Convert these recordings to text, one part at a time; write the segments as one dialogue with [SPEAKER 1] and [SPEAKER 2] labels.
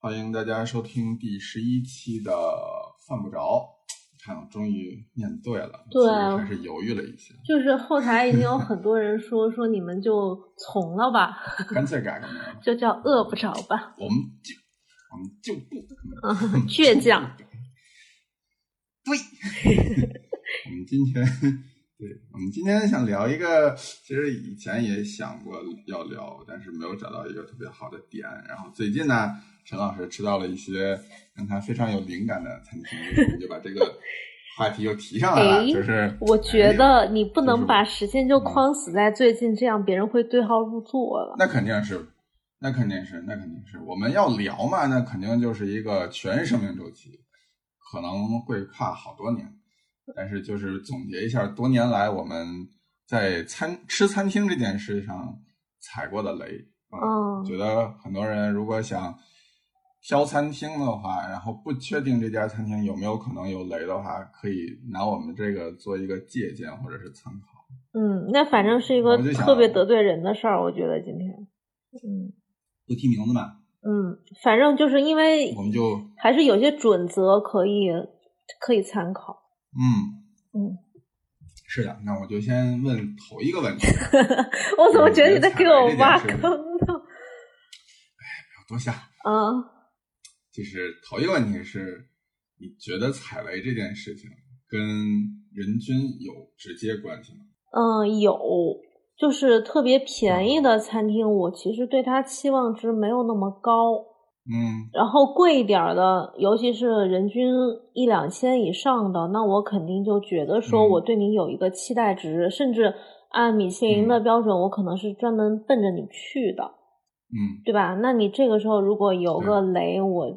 [SPEAKER 1] 欢迎大家收听第十一期的《犯不着》。看，我终于念对了，
[SPEAKER 2] 对
[SPEAKER 1] 其实还是犹豫了一下，
[SPEAKER 2] 就是后台已经有很多人说说你们就从了吧，
[SPEAKER 1] 干脆改个名儿。
[SPEAKER 2] 就叫饿不着吧，
[SPEAKER 1] 我们就我们就不，
[SPEAKER 2] 嗯， 倔强。
[SPEAKER 1] 对，我们今天，对我们今天想聊一个，其实以前也想过要聊，但是没有找到一个特别好的点。然后最近呢，陈老师吃到了一些让他非常有灵感的餐厅，我们就把这个话题又提上来了，
[SPEAKER 2] 哎
[SPEAKER 1] 就是
[SPEAKER 2] 我觉得你不能把
[SPEAKER 1] 就是
[SPEAKER 2] 时间就框死在最近，这样别人会对号入座了。
[SPEAKER 1] 那肯定是，那肯定是，那肯定是，我们要聊嘛，那肯定就是一个全生命周期，可能会跨好多年。但是就是总结一下，多年来我们在餐吃餐厅这件事上踩过的雷，
[SPEAKER 2] 嗯，
[SPEAKER 1] 觉得很多人如果想挑餐厅的话，然后不确定这家餐厅有没有可能有雷的话，可以拿我们这个做一个借鉴或者是参考。
[SPEAKER 2] 嗯，那反正是一个
[SPEAKER 1] 我就想
[SPEAKER 2] 特别得罪人的事儿，我觉得今天，嗯
[SPEAKER 1] 不提名字嘛，
[SPEAKER 2] 嗯，反正就是因为
[SPEAKER 1] 我们就
[SPEAKER 2] 还是有些准则可以可以参考。
[SPEAKER 1] 嗯，
[SPEAKER 2] 嗯，
[SPEAKER 1] 是的，那我就先问头一个问题，
[SPEAKER 2] 我怎么觉得你在给我挖
[SPEAKER 1] 这件
[SPEAKER 2] 坑
[SPEAKER 1] 事
[SPEAKER 2] 呢？
[SPEAKER 1] 多下，
[SPEAKER 2] 啊，
[SPEAKER 1] 就是头一个问题是，你觉得踩雷这件事情跟人均有直接关系吗？
[SPEAKER 2] 嗯，有，就是特别便宜的餐厅，我其实对它期望值没有那么高。
[SPEAKER 1] 嗯
[SPEAKER 2] 然后贵一点儿的，尤其是人均一两千以上的，那我肯定就觉得说
[SPEAKER 1] 嗯
[SPEAKER 2] 我对你有一个期待值，甚至按米其林的标准，我可能是专门奔着你去的，
[SPEAKER 1] 嗯
[SPEAKER 2] 对吧？那你这个时候如果有个雷，我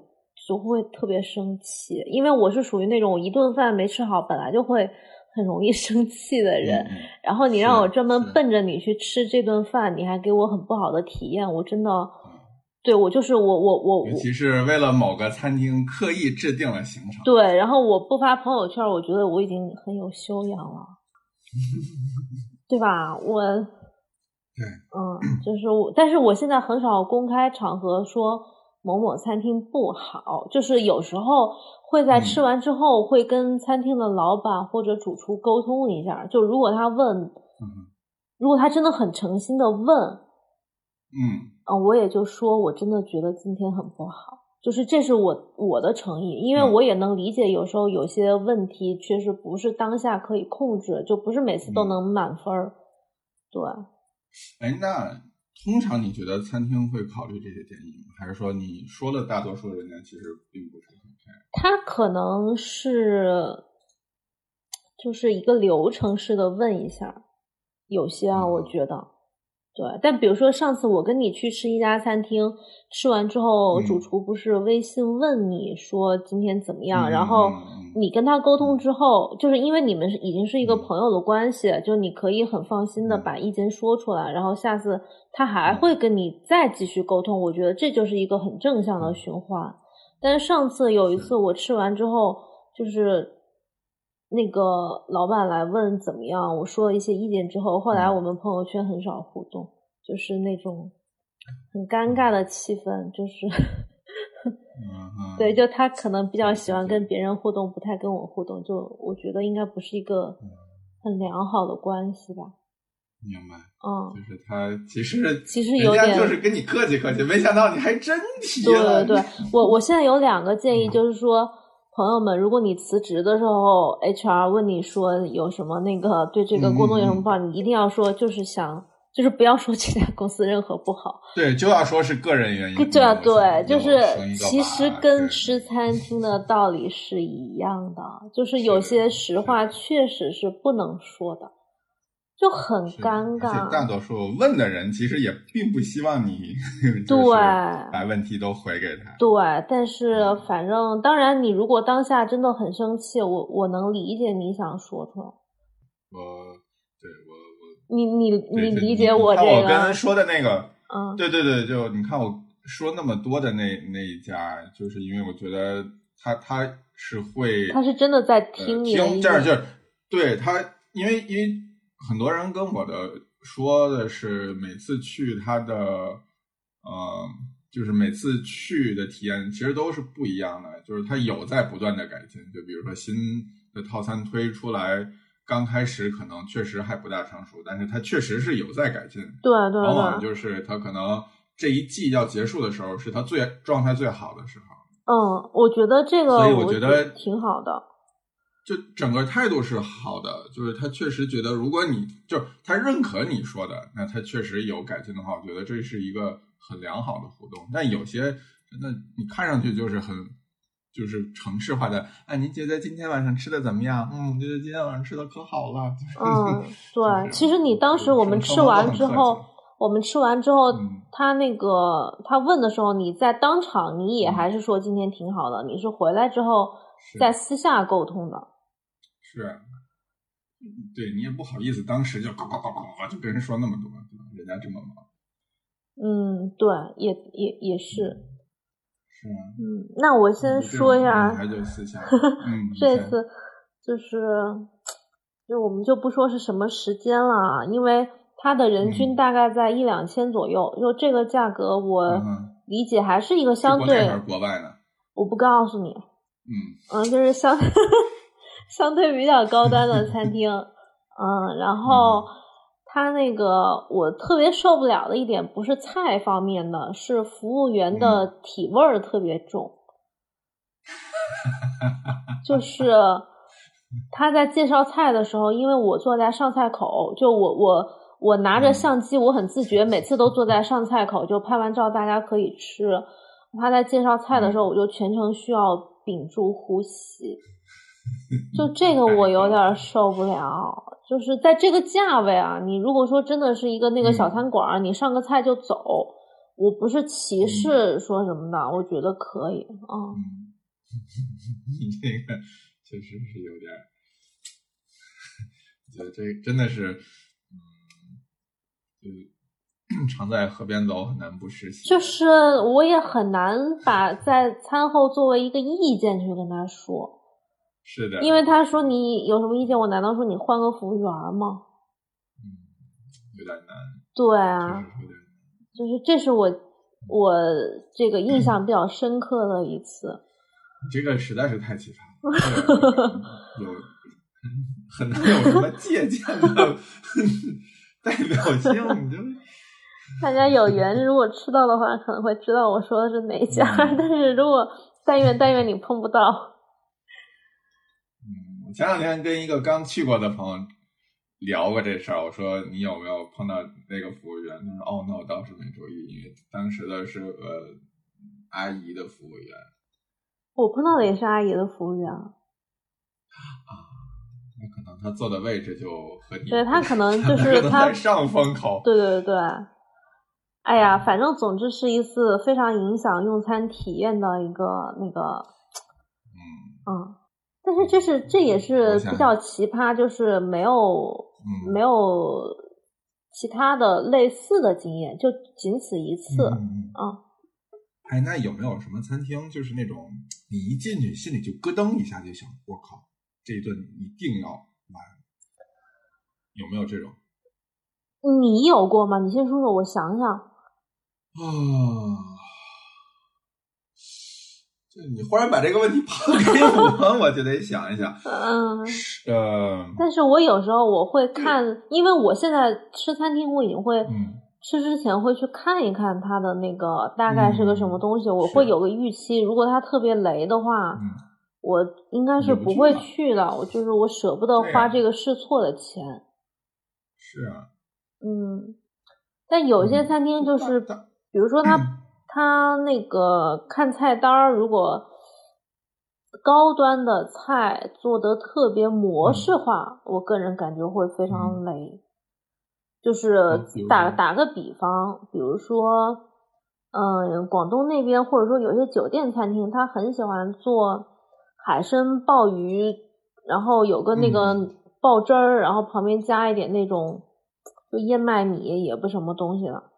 [SPEAKER 2] 就会特别生气，因为我是属于那种我一顿饭没吃好，本来就会很容易 生气的人。
[SPEAKER 1] 嗯嗯
[SPEAKER 2] 然后你让
[SPEAKER 1] 是
[SPEAKER 2] 我专门
[SPEAKER 1] 是
[SPEAKER 2] 奔着你去吃这顿饭，你还给我很不好的体验，我真的，对我就是我我我我
[SPEAKER 1] 嗯尤其是为了某个餐厅刻意制定了行程，
[SPEAKER 2] 对，然后我不发朋友圈，我觉得我已经很有修 养了，对吧？我，
[SPEAKER 1] 对
[SPEAKER 2] 嗯，就是我，但是我现在很少公开场合说某某餐厅不好，就是有时候会在吃
[SPEAKER 1] 嗯
[SPEAKER 2] 完之后会跟餐厅的老板或者主厨沟通一下，就如果他问，
[SPEAKER 1] 嗯
[SPEAKER 2] 如果他真的很诚心的问，
[SPEAKER 1] 嗯
[SPEAKER 2] 嗯，我也就说，我真的觉得今天很不好，就是这是我我的诚意，因为
[SPEAKER 1] 嗯
[SPEAKER 2] 我也能理解，有时候有些问题确实不是当下可以控制，就不是每次都
[SPEAKER 1] 嗯
[SPEAKER 2] 能满分儿。对，
[SPEAKER 1] 哎，那通常你觉得餐厅会考虑这些建议吗？还是说你说了，大多数人家其实并不是很 care？
[SPEAKER 2] 他可能是就是一个流程式的问一下儿，有些啊，
[SPEAKER 1] 嗯
[SPEAKER 2] 我觉得。对，但比如说上次我跟你去吃一家餐厅，吃完之后，
[SPEAKER 1] 嗯
[SPEAKER 2] 主厨不是微信问你说今天怎么样，
[SPEAKER 1] 嗯
[SPEAKER 2] 然后
[SPEAKER 1] 嗯嗯
[SPEAKER 2] 你跟他沟通之后，就是因为你们是已经是一个
[SPEAKER 1] 嗯
[SPEAKER 2] 朋友的关系，就你可以很放心的
[SPEAKER 1] 嗯
[SPEAKER 2] 把意见说出来，然后下次他还
[SPEAKER 1] 嗯
[SPEAKER 2] 会跟你再继续沟通，我觉得这就是一个很正向的
[SPEAKER 1] 嗯
[SPEAKER 2] 循环。但是上次有一
[SPEAKER 1] 是
[SPEAKER 2] 次我吃完之后，就是那个老板来问怎么样，我说了一些意见之后，后来
[SPEAKER 1] 嗯
[SPEAKER 2] 我们朋友圈很少互动，就是那种很尴尬的气氛，就是
[SPEAKER 1] 嗯嗯，
[SPEAKER 2] 对，就他可能比较喜欢
[SPEAKER 1] 对对
[SPEAKER 2] 跟别人互动，不太跟我互动，就我觉得应该不是一个
[SPEAKER 1] 嗯
[SPEAKER 2] 很良好的关系吧，
[SPEAKER 1] 明白。
[SPEAKER 2] 嗯。
[SPEAKER 1] 就是他其实
[SPEAKER 2] 其实有点
[SPEAKER 1] 人家就是跟你客气客气，没想到你还真提
[SPEAKER 2] 对
[SPEAKER 1] 了。
[SPEAKER 2] 对对，我我现在有两个
[SPEAKER 1] 嗯
[SPEAKER 2] 建议，就是说，朋友们，如果你辞职的时候，HR 问你说有什么那个对这个
[SPEAKER 1] 嗯
[SPEAKER 2] 工作有什么不好，你一定要说就是想。就是不要说这家公司任何不好，
[SPEAKER 1] 对就要说是个人原因。
[SPEAKER 2] 对
[SPEAKER 1] 我
[SPEAKER 2] 啊
[SPEAKER 1] 想
[SPEAKER 2] 对，
[SPEAKER 1] 有
[SPEAKER 2] 就是
[SPEAKER 1] 生一个
[SPEAKER 2] 其
[SPEAKER 1] 娃
[SPEAKER 2] 实跟
[SPEAKER 1] 对
[SPEAKER 2] 吃餐厅的道理是一样的，就是
[SPEAKER 1] 是
[SPEAKER 2] 有
[SPEAKER 1] 的
[SPEAKER 2] 些实话
[SPEAKER 1] 是的
[SPEAKER 2] 确实是不能说的，就很
[SPEAKER 1] 是
[SPEAKER 2] 尴
[SPEAKER 1] 而且大
[SPEAKER 2] 尬。
[SPEAKER 1] 多数问的人其实也并不希望你就
[SPEAKER 2] 对
[SPEAKER 1] 是把问题都回给他。
[SPEAKER 2] 对，但是
[SPEAKER 1] 嗯
[SPEAKER 2] 反正当然，你如果当下真的很生气，我我能理解你想说出来。
[SPEAKER 1] 我对我
[SPEAKER 2] 你你
[SPEAKER 1] 我对
[SPEAKER 2] 你
[SPEAKER 1] 就
[SPEAKER 2] 理解我
[SPEAKER 1] 你看
[SPEAKER 2] 这个？啊
[SPEAKER 1] 我刚才说的那个，
[SPEAKER 2] 嗯
[SPEAKER 1] 对对对，就你看我说那么多的那那一家，就是因为我觉得他他是会，
[SPEAKER 2] 他是真的在
[SPEAKER 1] 呃
[SPEAKER 2] 听你的意
[SPEAKER 1] 听这样
[SPEAKER 2] 见。
[SPEAKER 1] 就是对他，因为因为很多人跟我的说的是，每次去他的，嗯、就是每次去的体验其实都是不一样的，就是它有在不断的改进。就比如说新的套餐推出来，刚开始可能确实还不大成熟，但是它确实是有在改进。
[SPEAKER 2] 对对
[SPEAKER 1] 往往
[SPEAKER 2] 对，
[SPEAKER 1] 就是它可能这一季要结束的时候，是它最状态最好的时候。
[SPEAKER 2] 嗯，我觉得这个
[SPEAKER 1] 所以我觉得
[SPEAKER 2] 挺 好的，
[SPEAKER 1] 就整个态度是好的，就是他确实觉得，如果你就是他认可你说的，那他确实有改进的话，我觉得这是一个很良好的互动。但有些真的，你看上去就是很就是城市化的，哎，您觉得今天晚上吃的怎么样？嗯，我觉得今天晚上吃的可好了。
[SPEAKER 2] 嗯，
[SPEAKER 1] 就是
[SPEAKER 2] 对。其实你当时我们吃完之后，，我们吃完之后，
[SPEAKER 1] 嗯
[SPEAKER 2] 他那个他问的时候，你在当场你也还是说今天挺好的，你是回来之后
[SPEAKER 1] 嗯是
[SPEAKER 2] 在私下沟通的。
[SPEAKER 1] 是，啊对你也不好意思，当时就呱呱呱呱呱就跟人说那么多，对吧？人家这么忙，
[SPEAKER 2] 嗯，对，也也也是。
[SPEAKER 1] 是啊。
[SPEAKER 2] 嗯，那我先说一下
[SPEAKER 1] 还就私 下，嗯，
[SPEAKER 2] 这
[SPEAKER 1] 你先
[SPEAKER 2] 次就是，就我们就不说是什么时间了啊，因为它的人均
[SPEAKER 1] 嗯
[SPEAKER 2] 大概在一两千左右，就这个价格我
[SPEAKER 1] 嗯哼
[SPEAKER 2] 理解还是一个
[SPEAKER 1] 是
[SPEAKER 2] 相
[SPEAKER 1] 国内
[SPEAKER 2] 对
[SPEAKER 1] 还，是国外呢？
[SPEAKER 2] 我不告诉你，
[SPEAKER 1] 嗯，
[SPEAKER 2] 嗯，就是相 相对比较高端的餐厅，嗯，然后它那个我特别受不了的一点不是菜方面的，是服务员的体味儿特别重，就是他在介绍菜的时候，因为我坐在上菜口，就我我。我拿着
[SPEAKER 1] 嗯
[SPEAKER 2] 相机，我很自觉，每次都坐在上菜口，就拍完照大家可以吃。他在介绍菜的时候，我就全程需要屏住呼吸，就这个我有点儿受不了。就是在这个价位啊，你如果说真的是一个那个小
[SPEAKER 1] 嗯
[SPEAKER 2] 餐馆儿，你上个菜就走，我不是歧
[SPEAKER 1] 嗯
[SPEAKER 2] 视说什么的，我觉得可以啊。嗯
[SPEAKER 1] 嗯，你这个确实是有点儿， 我觉得这真的是，嗯，就是 常在河边走，很难不湿鞋。
[SPEAKER 2] 就是我也很难把在餐后作为一个意见去跟他说，
[SPEAKER 1] 是的，
[SPEAKER 2] 因为他说你有什么意见，我难道说你换个服务员儿吗？
[SPEAKER 1] 嗯，有点难，
[SPEAKER 2] 对啊，
[SPEAKER 1] 确实有点难。
[SPEAKER 2] 就是这是我我这个印象比较深刻的一次。
[SPEAKER 1] 你这个实在是太奇葩了，这个 有 很难有什么借鉴的 代表性，你就。
[SPEAKER 2] 大家有缘，如果吃到的话，可能会知道我说的是哪家。
[SPEAKER 1] 嗯
[SPEAKER 2] 但是如果但愿但愿你碰不到，
[SPEAKER 1] 嗯，我前两天跟一个刚去过的朋友聊过这事儿，我说你有没有碰到那个服务员？他说哦，那我倒是没注意，因为当时的是呃阿姨的服务员，
[SPEAKER 2] 我碰到的也是阿姨的服务员，
[SPEAKER 1] 那可能他坐的位置就和你
[SPEAKER 2] 对 他可能就
[SPEAKER 1] 可
[SPEAKER 2] 是
[SPEAKER 1] 能
[SPEAKER 2] 他
[SPEAKER 1] 在，上风口，
[SPEAKER 2] 对对对。哎呀，反正总之是一次非常影响用餐体验的一个那个
[SPEAKER 1] 嗯
[SPEAKER 2] 嗯，但是这是这也是
[SPEAKER 1] 我想
[SPEAKER 2] 比较奇葩，就是没有
[SPEAKER 1] 嗯，
[SPEAKER 2] 没有其他的类似的经验，就仅此一次。
[SPEAKER 1] 嗯
[SPEAKER 2] 嗯。
[SPEAKER 1] 哎，那有没有什么餐厅，就是那种你一进去心里就咯噔一下，就想我靠，这一顿一定要完，有没有这种？
[SPEAKER 2] 你有过吗？你先说说，我想想。
[SPEAKER 1] 啊，这你忽然把这个问题抛给我，我就得想一想。
[SPEAKER 2] 嗯，
[SPEAKER 1] 呃，
[SPEAKER 2] 但是我有时候我会看，因为我现在吃餐厅，我已经会
[SPEAKER 1] 嗯
[SPEAKER 2] 吃之前会去看一看它的那个大概是个什么
[SPEAKER 1] 嗯
[SPEAKER 2] 东西，我会
[SPEAKER 1] 是
[SPEAKER 2] 有个预期。如果它特别雷的话，
[SPEAKER 1] 嗯，
[SPEAKER 2] 我应该是
[SPEAKER 1] 你不
[SPEAKER 2] 不
[SPEAKER 1] 去
[SPEAKER 2] 会
[SPEAKER 1] 吗
[SPEAKER 2] 去的。我就是我舍不得
[SPEAKER 1] 对
[SPEAKER 2] 花
[SPEAKER 1] 呀
[SPEAKER 2] 这个试错的钱。
[SPEAKER 1] 是啊，
[SPEAKER 2] 嗯，但有些
[SPEAKER 1] 嗯
[SPEAKER 2] 餐厅就
[SPEAKER 1] 大
[SPEAKER 2] 是，
[SPEAKER 1] 大
[SPEAKER 2] 比如说他 他那个看菜单儿，如果高端的菜做得特别模
[SPEAKER 1] 嗯
[SPEAKER 2] 式化，我个人感觉会非常
[SPEAKER 1] 嗯哦
[SPEAKER 2] 雷。就是
[SPEAKER 1] 比如
[SPEAKER 2] 打
[SPEAKER 1] 说
[SPEAKER 2] 打个比方，比如说，嗯，广东那边或者说有些酒店餐厅，他很喜欢做海参、鲍鱼，然后有个那个
[SPEAKER 1] 嗯
[SPEAKER 2] 鲍汁儿，然后旁边加一点那种就燕麦米，也不什么东西了。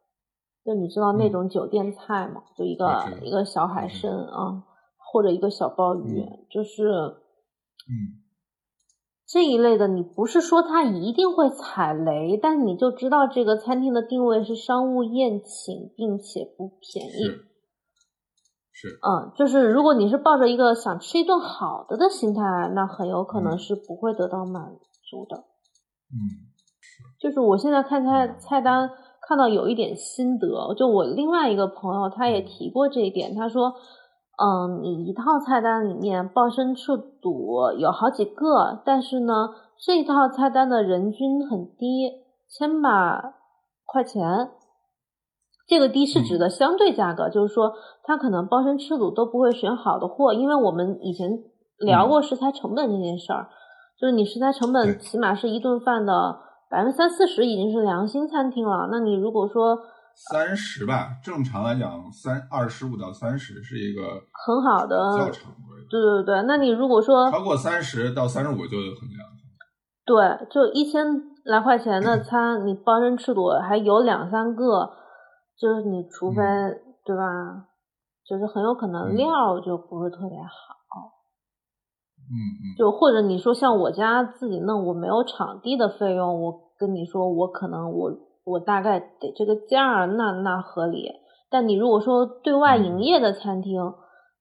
[SPEAKER 2] 就你知道那
[SPEAKER 1] 嗯
[SPEAKER 2] 种酒店菜嘛，就一个
[SPEAKER 1] 我知道
[SPEAKER 2] 一个小海
[SPEAKER 1] 我知
[SPEAKER 2] 参
[SPEAKER 1] 道
[SPEAKER 2] 啊，或者一个小鲍鱼，就是
[SPEAKER 1] 嗯
[SPEAKER 2] 这一类的。你不是说它一定会踩雷，但你就知道这个餐厅的定位是商务宴请，并且不便宜。
[SPEAKER 1] 是是
[SPEAKER 2] 嗯，就是如果你是抱着一个想吃一顿好的的心态，那很有可能
[SPEAKER 1] 嗯
[SPEAKER 2] 是不会得到满足的。
[SPEAKER 1] 嗯
[SPEAKER 2] 就是我现在看菜菜单，看到有一点心得，就我另外一个朋友他也提过这一点，他说，嗯，你一套菜单里面鲍参翅肚有好几个，但是呢，这一套菜单的人均很低，千把块钱。这个低是指的相对价格，就是说他可能鲍参翅肚都不会选好的货，因为我们以前聊过食材成本这件事儿，就是你食材成
[SPEAKER 1] 嗯对
[SPEAKER 2] 本起码是一顿饭的百分之三四十已经是良心餐厅了。那你如果说
[SPEAKER 1] 三十吧，正常来讲三二十五到三十是一个
[SPEAKER 2] 很好的
[SPEAKER 1] 比较常规的，
[SPEAKER 2] 对对对，那你如果说
[SPEAKER 1] 超过三十到三十五就很凉。
[SPEAKER 2] 对，就一千来块 钱的餐，你包身吃肚还有两三个，就是你除非、对吧，就是很有可能
[SPEAKER 1] 嗯
[SPEAKER 2] 料就不是特别好，
[SPEAKER 1] 嗯嗯，
[SPEAKER 2] 就或者你说像我家自己弄，我没有场地的费用，我跟你说我可能我我大概得这个价儿，那那合理。但你如果说对外
[SPEAKER 1] 嗯
[SPEAKER 2] 营业的餐厅，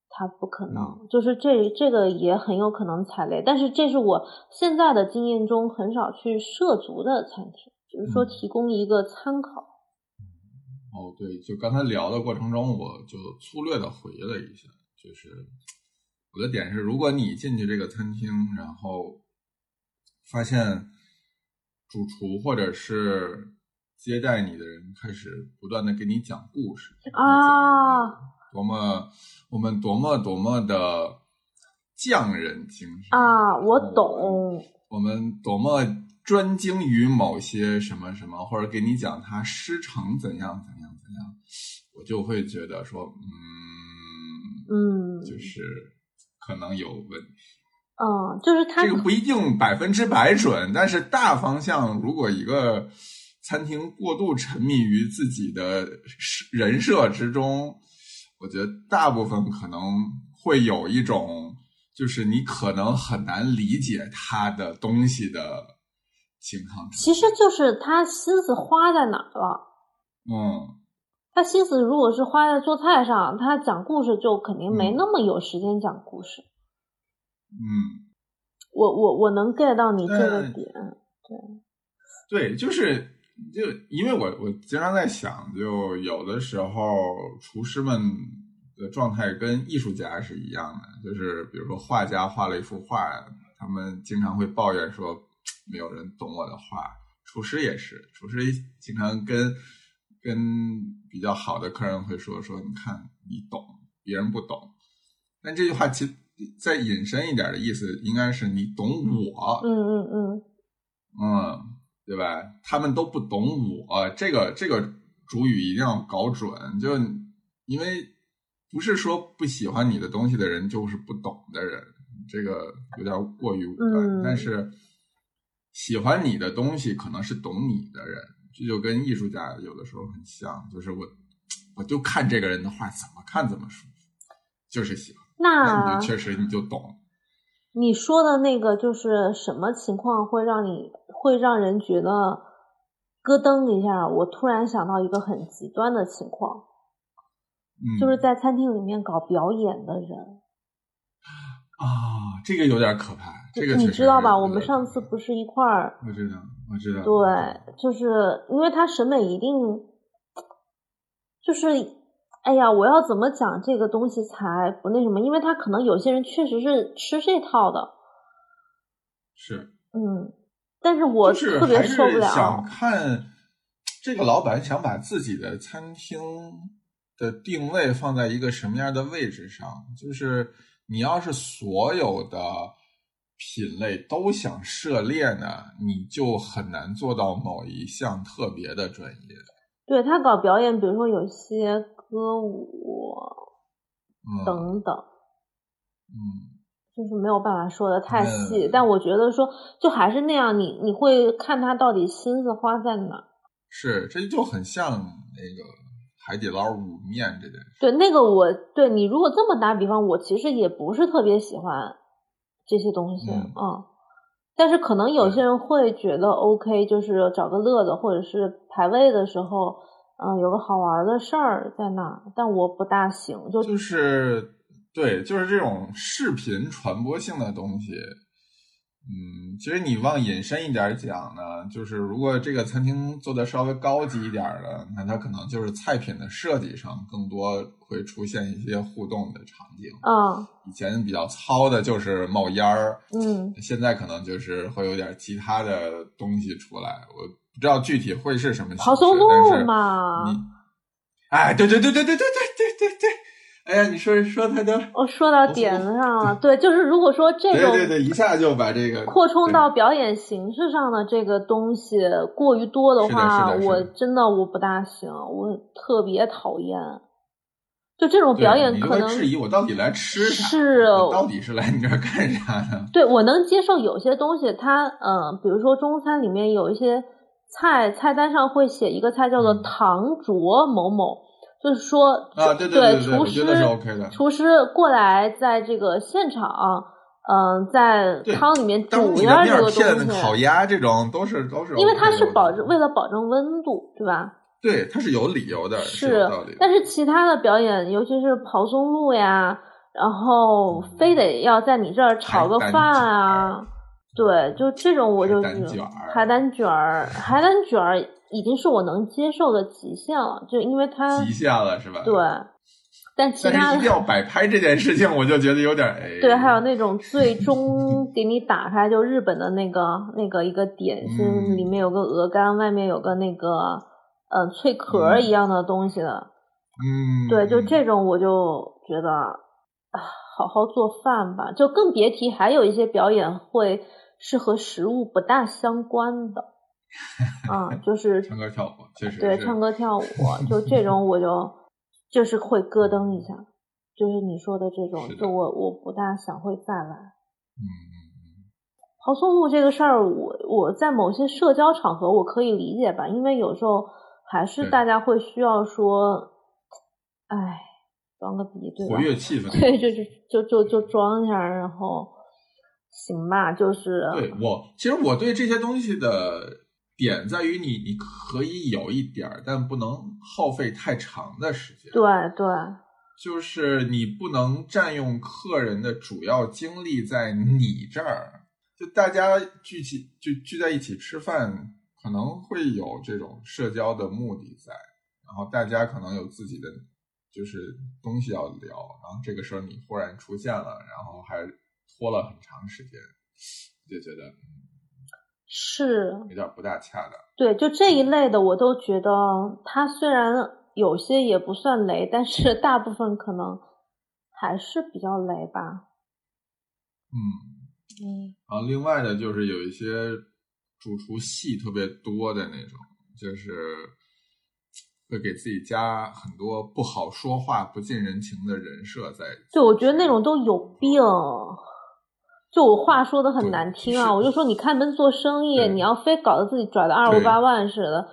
[SPEAKER 2] 它不可能，就是这这个也很有可能踩雷。但是这是我现在的经验中很少去涉足的餐厅，只是说
[SPEAKER 1] 嗯
[SPEAKER 2] 提供一个参考。
[SPEAKER 1] 哦，对，就刚才聊的过程中，我就粗略的回忆了一下，就是我的点是，如果你进去这个餐厅，然后发现主厨或者是接待你的人开始不断的给你讲故事
[SPEAKER 2] 哦啊，
[SPEAKER 1] 多么我们多么多么的匠人精神
[SPEAKER 2] 啊，我
[SPEAKER 1] 然后
[SPEAKER 2] 懂，
[SPEAKER 1] 我们多么专精于某些什么什么，或者给你讲他师承怎样怎样怎样，我就会觉得说，嗯，
[SPEAKER 2] 嗯
[SPEAKER 1] 就是可能有问题。
[SPEAKER 2] 嗯，就是它
[SPEAKER 1] 这个不一定百分之百准，但是大方向，如果一个餐厅过度沉迷于自己的人设之中，我觉得大部分可能会有一种，就是你可能很难理解他的东西的情况。
[SPEAKER 2] 其实就是他心思花在哪儿了。
[SPEAKER 1] 嗯，
[SPEAKER 2] 他心思如果是花在做菜上，他讲故事就肯定没
[SPEAKER 1] 嗯
[SPEAKER 2] 那么有时间讲故事。
[SPEAKER 1] 嗯，
[SPEAKER 2] 我我我能 get 到你这个
[SPEAKER 1] 但
[SPEAKER 2] 点，
[SPEAKER 1] 对，就是。就因为我我经常在想，就有的时候厨师们的状态跟艺术家是一样的，就是比如说画家画了一幅画，他们经常会抱怨说没有人懂我的画。厨师也是，厨师经常跟跟比较好的客人会说说，你看你懂，别人不懂。但这句话其实再引申一点的意思，应该是你懂我，
[SPEAKER 2] 嗯嗯嗯，
[SPEAKER 1] 嗯，对吧？他们都不懂我，这个这个主语一定要搞准，就因为不是说不喜欢你的东西的人就是不懂的人，这个有点过于武断。
[SPEAKER 2] 嗯
[SPEAKER 1] 但是喜欢你的东西可能是懂你的人，这就跟艺术家有的时候很像，就是我我就看这个人的画怎么看怎么舒服，就是喜欢，那你
[SPEAKER 2] 那
[SPEAKER 1] 就嗯确实你就懂。
[SPEAKER 2] 你说的那个就是什么情况会让你会让人觉得咯噔一下？我突然想到一个很极端的情况，
[SPEAKER 1] 嗯，
[SPEAKER 2] 就是在餐厅里面搞表演的人。
[SPEAKER 1] 啊，这个有点可怕，这个
[SPEAKER 2] 你
[SPEAKER 1] 确实
[SPEAKER 2] 知道
[SPEAKER 1] 是
[SPEAKER 2] 吧？
[SPEAKER 1] 有
[SPEAKER 2] 我们
[SPEAKER 1] 点
[SPEAKER 2] 上
[SPEAKER 1] 可
[SPEAKER 2] 次
[SPEAKER 1] 怕
[SPEAKER 2] 不是一块儿，
[SPEAKER 1] 我知道，我知道。
[SPEAKER 2] 对，就是因为他审美一定，就是，哎呀，我要怎么讲这个东西才不那什么？因为他可能有些人确实是吃这套的，
[SPEAKER 1] 是，
[SPEAKER 2] 嗯，但是我
[SPEAKER 1] 就是
[SPEAKER 2] 特别
[SPEAKER 1] 还是
[SPEAKER 2] 受不
[SPEAKER 1] 想
[SPEAKER 2] 了，
[SPEAKER 1] 看这个老板想把自己的餐厅的定位放在一个什么样的位置上。就是你要是所有的品类都想涉猎呢，你就很难做到某一项特别的专业。
[SPEAKER 2] 对他搞表演，比如说有些歌舞
[SPEAKER 1] 嗯
[SPEAKER 2] 等等。
[SPEAKER 1] 嗯，
[SPEAKER 2] 就是没有办法说的太细，
[SPEAKER 1] 嗯
[SPEAKER 2] 但我觉得说，就还是那样，你你会看他到底心思花在哪儿
[SPEAKER 1] 是，这就很像那个海底捞五面这件事。
[SPEAKER 2] 对，那个我对你如果这么打比方，我其实也不是特别喜欢这些东西，
[SPEAKER 1] 嗯
[SPEAKER 2] 嗯。但是可能有
[SPEAKER 1] 对
[SPEAKER 2] 些人会觉得 OK，就是找个乐子，或者是排位的时候嗯，有个好玩的事儿在那儿，但我不大行，就
[SPEAKER 1] 就是对，就是这种视频传播性的东西。嗯，其实你往引申一点讲呢，就是如果这个餐厅做的稍微高级一点的，那它可能就是菜品的设计上更多会出现一些互动的场景。
[SPEAKER 2] 嗯
[SPEAKER 1] 以前比较糙的就是冒烟儿，
[SPEAKER 2] 嗯
[SPEAKER 1] 现在可能就是会有点其他的东西出来，我不知道具体会是什么形式。
[SPEAKER 2] 跑松
[SPEAKER 1] 但
[SPEAKER 2] 露
[SPEAKER 1] 是你
[SPEAKER 2] 嘛，，
[SPEAKER 1] 嗯哎，对对对对对对对对对对，哎呀，你说说他都，
[SPEAKER 2] 我说到点子上了。对，就是如果说这
[SPEAKER 1] 对
[SPEAKER 2] 种
[SPEAKER 1] 对对，一下就把这个
[SPEAKER 2] 扩充到表演形式上的这个东西过于多的话，
[SPEAKER 1] 是的是的是的
[SPEAKER 2] 我真的我不大行，我特别讨厌。就这种
[SPEAKER 1] 对
[SPEAKER 2] 表演
[SPEAKER 1] 你就
[SPEAKER 2] 可
[SPEAKER 1] 会
[SPEAKER 2] 能
[SPEAKER 1] 质疑我到底来吃啥？
[SPEAKER 2] 是哦
[SPEAKER 1] 我到底是来你这儿干啥的？
[SPEAKER 2] 对我能接受有些东西它，呃，比如说中餐里面有一些菜菜单上会写一个菜叫做
[SPEAKER 1] 嗯
[SPEAKER 2] 糖灼某某，就是说
[SPEAKER 1] 啊，对
[SPEAKER 2] 对
[SPEAKER 1] 对对，
[SPEAKER 2] 厨
[SPEAKER 1] 我
[SPEAKER 2] 师
[SPEAKER 1] 觉得是 OK 的。
[SPEAKER 2] 厨师过来在这个现场，嗯、在
[SPEAKER 1] 对
[SPEAKER 2] 汤里面
[SPEAKER 1] 但是
[SPEAKER 2] 煮
[SPEAKER 1] 你
[SPEAKER 2] 一
[SPEAKER 1] 的
[SPEAKER 2] 下这
[SPEAKER 1] 面
[SPEAKER 2] 个东
[SPEAKER 1] 片、
[SPEAKER 2] 西，
[SPEAKER 1] 烤鸭这种都是都是 OK 的，
[SPEAKER 2] 因为它是保
[SPEAKER 1] 证
[SPEAKER 2] 为了保证温度，对吧？
[SPEAKER 1] 对，它是有理由的，是
[SPEAKER 2] 是
[SPEAKER 1] 有道理，的。
[SPEAKER 2] 但是其他的表演，尤其是跑松露呀，然后
[SPEAKER 1] 嗯
[SPEAKER 2] 非得要在你这儿炒个
[SPEAKER 1] 海胆
[SPEAKER 2] 饭啊，对，就这种我就
[SPEAKER 1] 海胆
[SPEAKER 2] 是
[SPEAKER 1] 卷儿
[SPEAKER 2] 海胆卷儿，海胆卷儿已经是我能接受的极限了，就因为它
[SPEAKER 1] 极限了是吧？
[SPEAKER 2] 对，但其
[SPEAKER 1] 但
[SPEAKER 2] 他
[SPEAKER 1] 是一定
[SPEAKER 2] 的
[SPEAKER 1] 要摆拍这件事情，我就觉得有点哎。
[SPEAKER 2] 对，还有那种最终给你打开就日本的那个那个一个点心，
[SPEAKER 1] 嗯
[SPEAKER 2] 里面有个鹅肝，外面有个那个呃脆壳儿一样的东西的。
[SPEAKER 1] 嗯，
[SPEAKER 2] 对，就这种我就觉得啊，好好做饭吧，就更别提还有一些表演会是和食物不大相关 的，啊，就是
[SPEAKER 1] 嗯唱歌跳舞确实
[SPEAKER 2] 对
[SPEAKER 1] 是
[SPEAKER 2] 唱歌跳舞，啊就这种我就就是会咯噔一下，就是你说的这种
[SPEAKER 1] 是，的
[SPEAKER 2] 就我我不大想会再来。
[SPEAKER 1] 嗯嗯
[SPEAKER 2] 跑松露这个事儿，我我在某些社交场合我可以理解吧，因为有时候还是
[SPEAKER 1] 对
[SPEAKER 2] 大家会需要说，哎，装个逼，对
[SPEAKER 1] 嗯，
[SPEAKER 2] 吧
[SPEAKER 1] 活？跃气氛。
[SPEAKER 2] 对，就就就就就装一下，然后行吧，就是
[SPEAKER 1] 对我，其实我对这些东西的点在于你，你可以有一点儿，但不能耗费太长的时间。
[SPEAKER 2] 对对
[SPEAKER 1] 就是你不能占用客人的主要精力在你这儿。就大家聚集聚聚在一起吃饭，可能会有这种社交的目的在，然后大家可能有自己的就是东西要聊，然后这个时候你忽然出现了，然后还拖了很长时间，就觉得
[SPEAKER 2] 是，
[SPEAKER 1] 有点不大恰当。
[SPEAKER 2] 对，就这一类的，我都觉得它虽然有些也不算雷，但是大部分可能还是比较雷吧。
[SPEAKER 1] 嗯。
[SPEAKER 2] 嗯，
[SPEAKER 1] 然后另外的就是有一些主厨戏特别多的那种，就是会给自己加很多不好说话、不近人情的人设在。
[SPEAKER 2] 对，我觉得那种都有病。就我话说的很
[SPEAKER 1] 对
[SPEAKER 2] 难听啊，
[SPEAKER 1] 是
[SPEAKER 2] 我就说你开门做生意，
[SPEAKER 1] 对
[SPEAKER 2] 你要非搞得自己拽的二五
[SPEAKER 1] 对
[SPEAKER 2] 八万似 的，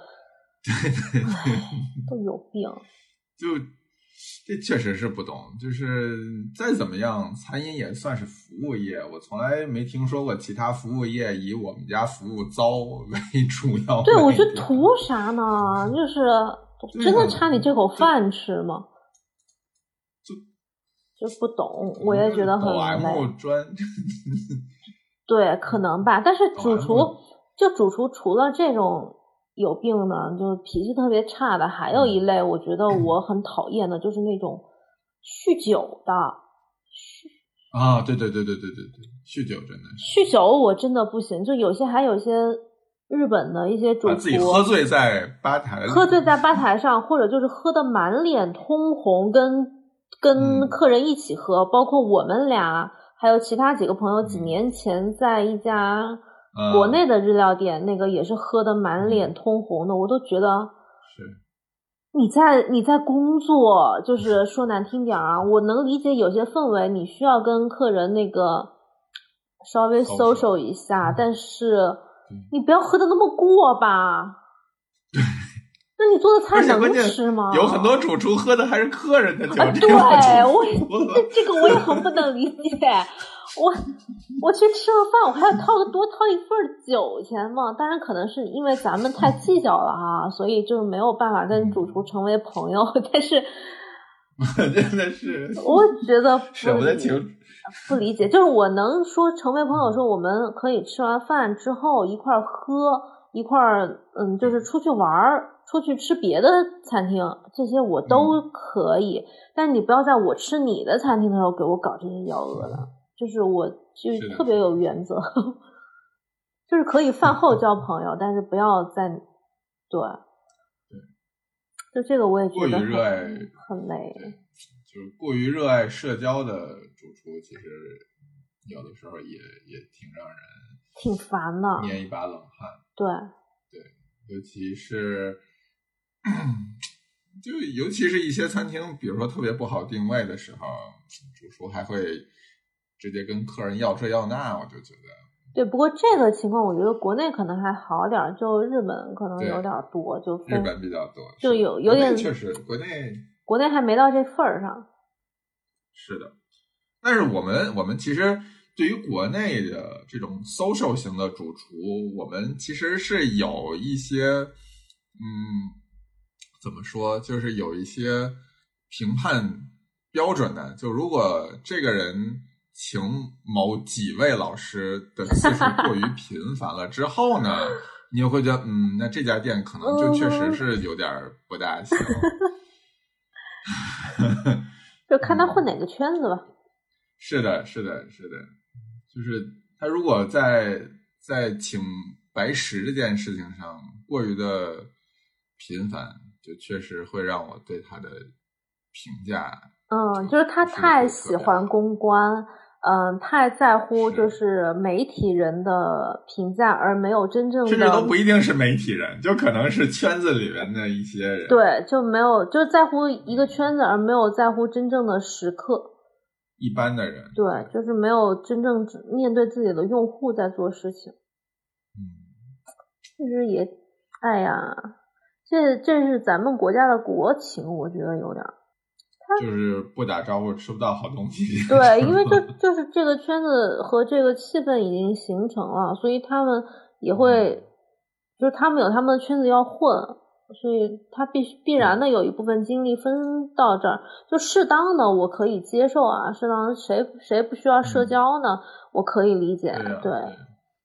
[SPEAKER 2] 都有 病。
[SPEAKER 1] 就这确实是不懂，就是再怎么样，餐饮也算是服务业，我从来没听说过其他服务业以我们家服务糟为主要内容。
[SPEAKER 2] 对，我觉得图啥呢？就是
[SPEAKER 1] 对
[SPEAKER 2] 真的
[SPEAKER 1] 啊
[SPEAKER 2] 差你这口饭吃吗？
[SPEAKER 1] 就
[SPEAKER 2] 就嗯不懂，啊我也觉得很
[SPEAKER 1] 抖 M
[SPEAKER 2] 累。
[SPEAKER 1] 专，
[SPEAKER 2] 对，可能吧。但是
[SPEAKER 1] 抖
[SPEAKER 2] 主
[SPEAKER 1] M
[SPEAKER 2] 厨，就主厨除了这种有病呢，就脾气特别差的，还有一
[SPEAKER 1] 嗯
[SPEAKER 2] 类我觉得我很讨厌的，就是那种酗酒的。
[SPEAKER 1] 啊，对对对对对对对，酗酒真的是。
[SPEAKER 2] 酗酒我真的不行，就有些还有一些日本的一些主
[SPEAKER 1] 把
[SPEAKER 2] 厨
[SPEAKER 1] 自己喝醉在吧台，
[SPEAKER 2] 喝醉在吧台上，或者就是喝的满脸通红，跟跟
[SPEAKER 1] 嗯
[SPEAKER 2] 客人一起喝，包括我们俩还有其他几个朋友，几
[SPEAKER 1] 嗯
[SPEAKER 2] 年前在一家
[SPEAKER 1] 嗯
[SPEAKER 2] 国内的日料店，那个也是喝的满脸通红的，我都觉得
[SPEAKER 1] 是
[SPEAKER 2] 你在你在工作，就是说难听点儿啊，我能理解有些氛围，你需要跟客人那个稍微
[SPEAKER 1] social
[SPEAKER 2] social 一下，但是
[SPEAKER 1] 对
[SPEAKER 2] 你不要喝的那么过吧。那你做的菜
[SPEAKER 1] 而且
[SPEAKER 2] 能
[SPEAKER 1] 关键
[SPEAKER 2] 吃吗？
[SPEAKER 1] 有很多主厨喝的还是客人的酒，
[SPEAKER 2] 啊，
[SPEAKER 1] 这
[SPEAKER 2] 对
[SPEAKER 1] 个我就
[SPEAKER 2] 我也
[SPEAKER 1] 服了
[SPEAKER 2] 这这个我也很不能理解。我我去吃个饭，我还要掏个多掏一份酒钱嘛。当然，可能是因为咱们太计较了啊，所以就是没有办法跟主厨成为朋友。 但是
[SPEAKER 1] 真的是
[SPEAKER 2] 我觉得不
[SPEAKER 1] 舍不得
[SPEAKER 2] 理
[SPEAKER 1] 请
[SPEAKER 2] 不理解，就是我能说成为朋友，说我们可以吃完饭之后一块儿喝，一块儿嗯，就是出去玩儿，出去吃别的餐厅，这些我都
[SPEAKER 1] 嗯
[SPEAKER 2] 可以。但你不要在我吃你的餐厅的时候给我搞这些幺蛾子，就是我
[SPEAKER 1] 是的
[SPEAKER 2] 就特别有原则， 就是可以饭 后交朋友，但是不要在对，就这个我也
[SPEAKER 1] 过
[SPEAKER 2] 觉
[SPEAKER 1] 于
[SPEAKER 2] 得
[SPEAKER 1] 热爱，
[SPEAKER 2] 很很累。
[SPEAKER 1] 就是过于热爱社交的主厨，其实有的时候也也挺让人
[SPEAKER 2] 挺烦的，
[SPEAKER 1] 捏一把冷汗。
[SPEAKER 2] 对，
[SPEAKER 1] 尤其是，就尤其是一些餐厅，比如说特别不好定位的时候，主厨还会直接跟客人要这要那，我就觉得
[SPEAKER 2] 对，不过这个情况我觉得国内可能还好点儿，就日本可能
[SPEAKER 1] 对
[SPEAKER 2] 有点儿多，就
[SPEAKER 1] 日
[SPEAKER 2] 分
[SPEAKER 1] 本比较多，
[SPEAKER 2] 嗯就是有
[SPEAKER 1] 的
[SPEAKER 2] 有
[SPEAKER 1] 国内
[SPEAKER 2] 点
[SPEAKER 1] 确实国内
[SPEAKER 2] 国内还没到这份儿上。
[SPEAKER 1] 是的，但是我们我们其实对于国内的这种 social 型的主厨，我们其实是有一些，嗯，怎么说，就是有一些评判标准的。就如果这个人请某几位老师的次数过于频繁了之后呢，你就会觉得，嗯，那这家店可能就确实是有点儿不大行。
[SPEAKER 2] 就看他
[SPEAKER 1] 嗯
[SPEAKER 2] 混哪个圈子吧，
[SPEAKER 1] 是的，是的，是的，就是他如果在在请白石这件事情上过于的频繁，就确实会让我对他的评价，
[SPEAKER 2] 嗯，就是他
[SPEAKER 1] 是
[SPEAKER 2] 太
[SPEAKER 1] 会
[SPEAKER 2] 喜
[SPEAKER 1] 这样
[SPEAKER 2] 欢公关，嗯，太在乎
[SPEAKER 1] 是
[SPEAKER 2] 就是媒体人的评价，而没有真正
[SPEAKER 1] 甚至都
[SPEAKER 2] 的
[SPEAKER 1] 不一定是媒体人，就可能是圈子里面的一些人。，
[SPEAKER 2] 对，就没有就是在乎一个圈子，而没有在乎真正的食客，
[SPEAKER 1] 一般的人。
[SPEAKER 2] 对，就是没有真正面对自己的用户在做事情。
[SPEAKER 1] 嗯，
[SPEAKER 2] 其实也，哎呀，这这是咱们国家的国情，我觉得有点儿。
[SPEAKER 1] 就是不打招呼吃不到好东西。
[SPEAKER 2] 对，因为就就是这个圈子和这个气氛已经形成了，所以他们也
[SPEAKER 1] 嗯
[SPEAKER 2] 会，就是他们有他们的圈子要混，所以他必须
[SPEAKER 1] 嗯
[SPEAKER 2] 必然的有一部分精力分到这儿，就适当的我可以接受啊，适当的谁谁不需要社
[SPEAKER 1] 嗯
[SPEAKER 2] 交呢？我可以理解，
[SPEAKER 1] 对啊，
[SPEAKER 2] 对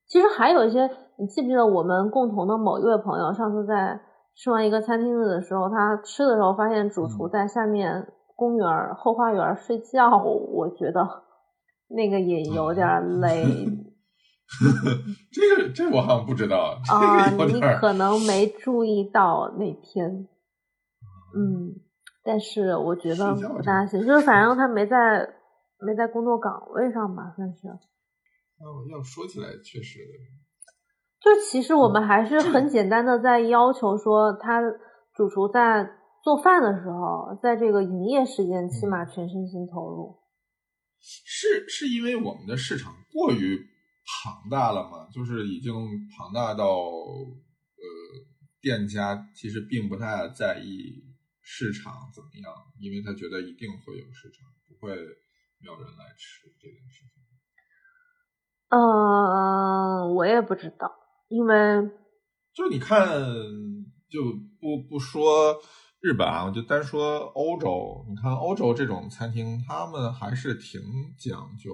[SPEAKER 2] 其实还有一些，你记不记得我们共同的某一位朋友，上次在吃完一个餐厅的时候，他吃的时候发现主厨
[SPEAKER 1] 嗯
[SPEAKER 2] 在下面公园儿后花园儿睡觉，我觉得 那个也有点儿
[SPEAKER 1] 嗯
[SPEAKER 2] 累
[SPEAKER 1] 这个这我好像不知道，这
[SPEAKER 2] 啊、
[SPEAKER 1] 个有
[SPEAKER 2] 你
[SPEAKER 1] 点儿
[SPEAKER 2] 可能没注意到那天，嗯，但是我觉得
[SPEAKER 1] 睡觉
[SPEAKER 2] 不大行，就是反正他没在没在工作岗位上吧，算是。
[SPEAKER 1] 要要说起来确实，
[SPEAKER 2] 就其实
[SPEAKER 1] 嗯
[SPEAKER 2] 我们还是很简单的在要求说，他主厨在做饭的时候，在这个营业时间起
[SPEAKER 1] 嗯
[SPEAKER 2] 码全身心投入。
[SPEAKER 1] 是是因为我们的市场过于庞大了吗？就是已经庞大到呃，店家其实并不太在意市场怎么样，因为他觉得一定会有市场，不会没有人来吃这件事情。
[SPEAKER 2] 嗯，我也不知道，因为
[SPEAKER 1] 就你看，就不不说日本啊，我就单说欧洲。你看欧洲这种餐厅，他们还是挺讲究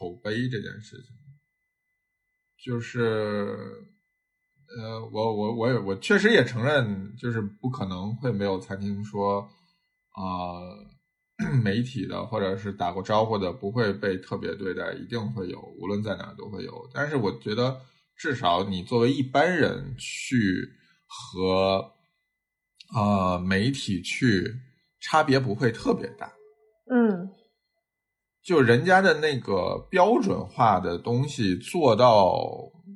[SPEAKER 1] 口碑这件事情。就是，呃，我我我也我确实也承认，就是不可能会没有餐厅说，呃， 媒体的或者是打过招呼的不会被特别对待，一定会有，无论在哪儿都会有。但是我觉得，至少你作为一般人去和呃媒体去，差别不会特别大。
[SPEAKER 2] 嗯
[SPEAKER 1] 就人家的那个标准化的东西做到，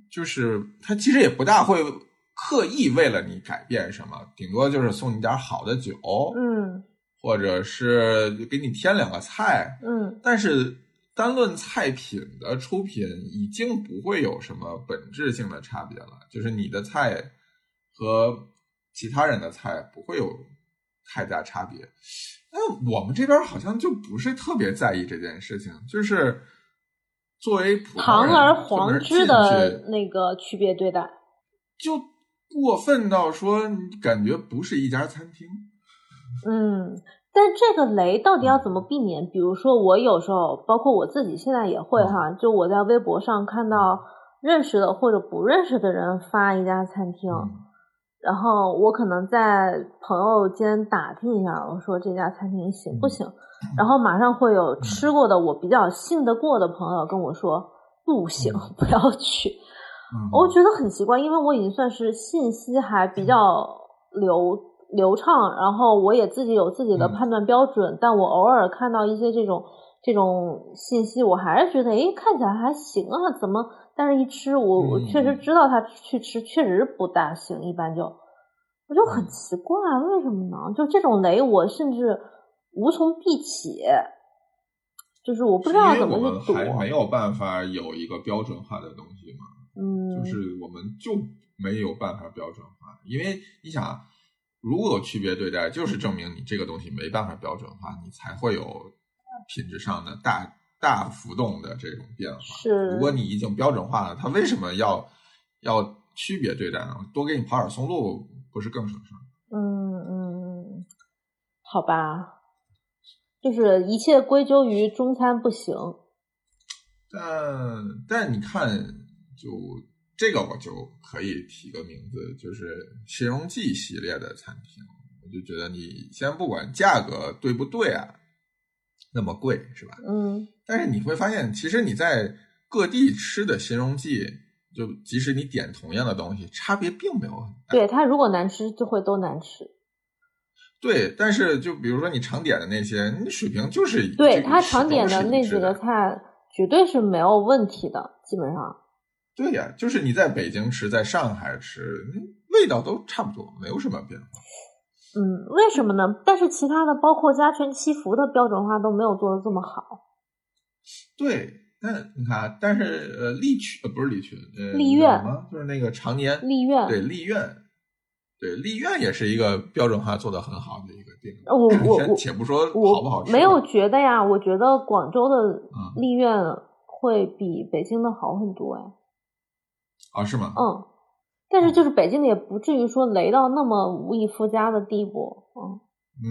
[SPEAKER 1] 就是他其实也不大会刻意为了你改变什么，顶多就是送你点儿好的酒，
[SPEAKER 2] 嗯
[SPEAKER 1] 或者是给你添两个菜。
[SPEAKER 2] 嗯
[SPEAKER 1] 但是单论菜品的出品，已经不会有什么本质性的差别了，就是你的菜和其他人的菜不会有太大差别。那我们这边好像就不是特别在意这件事情，就是作为普通
[SPEAKER 2] 堂
[SPEAKER 1] 人
[SPEAKER 2] 而
[SPEAKER 1] 或者
[SPEAKER 2] 皇
[SPEAKER 1] 是
[SPEAKER 2] 之
[SPEAKER 1] 进
[SPEAKER 2] 的
[SPEAKER 1] 去
[SPEAKER 2] 那个区别对待。
[SPEAKER 1] 就过分到说你感觉不是一家餐厅。
[SPEAKER 2] 嗯，但这个雷到底要怎
[SPEAKER 1] 嗯
[SPEAKER 2] 么避免？比如说，我有时候，包括我自己现在也
[SPEAKER 1] 嗯
[SPEAKER 2] 会哈，就我在微博上看到认识的或者不认识的人发一家餐厅，
[SPEAKER 1] 嗯
[SPEAKER 2] 然后我可能在朋友间打听一下，我说这家餐厅行不行？然后马上会有吃过的我比较信得过的朋友跟我说不行，不要去。
[SPEAKER 1] 嗯
[SPEAKER 2] 我觉得很奇怪，因为我已经算是信息还比较流流畅，然后我也自己有自己的
[SPEAKER 1] 嗯
[SPEAKER 2] 判断标准，但我偶尔看到一些这种这种信息，我还是觉得，诶，看起来还行啊，怎么？但是一吃，我我
[SPEAKER 1] 嗯
[SPEAKER 2] 确实知道他去吃确实不大行，一般就，我就
[SPEAKER 1] 嗯
[SPEAKER 2] 很奇怪，啊为什么呢？就这种雷，我甚至无从避起，就是我不知道
[SPEAKER 1] 因为
[SPEAKER 2] 怎么
[SPEAKER 1] 我们
[SPEAKER 2] 去躲，
[SPEAKER 1] 还没有办法有一个标准化的东西嘛，
[SPEAKER 2] 嗯，
[SPEAKER 1] 就是我们就没有办法标准化，因为你想，啊如果有区别对待，就是证明你这个东西没办法标准化，你才会有品质上的大大浮动的这种变化。
[SPEAKER 2] 是
[SPEAKER 1] 如果你已经标准化了，它为什么要要区别对待呢？多给你跑点松露，不是更省事儿？
[SPEAKER 2] 嗯嗯，好吧，就是一切归咎于中餐不行。
[SPEAKER 1] 但但你看，就这个我就可以提个名字，就是协荣记系列的餐厅，我就觉得你先不管价格对不对啊，那么贵是吧？
[SPEAKER 2] 嗯
[SPEAKER 1] 但是你会发现，其实你在各地吃的协荣记，就即使你点同样的东西，差别并没有很大。
[SPEAKER 2] 对，它如果难吃就会都难吃。
[SPEAKER 1] 对，但是就比如说你常点的那些，你水平就是
[SPEAKER 2] 对，
[SPEAKER 1] 这个
[SPEAKER 2] 它
[SPEAKER 1] 是
[SPEAKER 2] 常
[SPEAKER 1] 都
[SPEAKER 2] 点
[SPEAKER 1] 是
[SPEAKER 2] 的
[SPEAKER 1] 一
[SPEAKER 2] 那
[SPEAKER 1] 致
[SPEAKER 2] 几个菜绝对是没有问题的，基本上。
[SPEAKER 1] 对呀、就是你在北京吃，在上海吃，嗯味道都差不多，没有什么变化。
[SPEAKER 2] 嗯，为什么呢？但是其他的，包括家全七福的标准化都没有做的这么好。
[SPEAKER 1] 对，但你看啊，但是呃，利群呃不是利群，呃，
[SPEAKER 2] 丽苑
[SPEAKER 1] 叫什么就是那个常年
[SPEAKER 2] 丽苑，
[SPEAKER 1] 对丽苑，对丽苑也是一个标准化做得很好的一个店。
[SPEAKER 2] 呃我我
[SPEAKER 1] 先
[SPEAKER 2] 我
[SPEAKER 1] 且不说
[SPEAKER 2] 我
[SPEAKER 1] 好不好吃吧，
[SPEAKER 2] 没有觉得呀，我觉得广州的
[SPEAKER 1] 嗯
[SPEAKER 2] 丽苑会比北京的好很多哎。
[SPEAKER 1] 啊是吗？
[SPEAKER 2] 嗯，但是就是北京的也不至于说雷到那么无以复加的地步，嗯，
[SPEAKER 1] 嗯，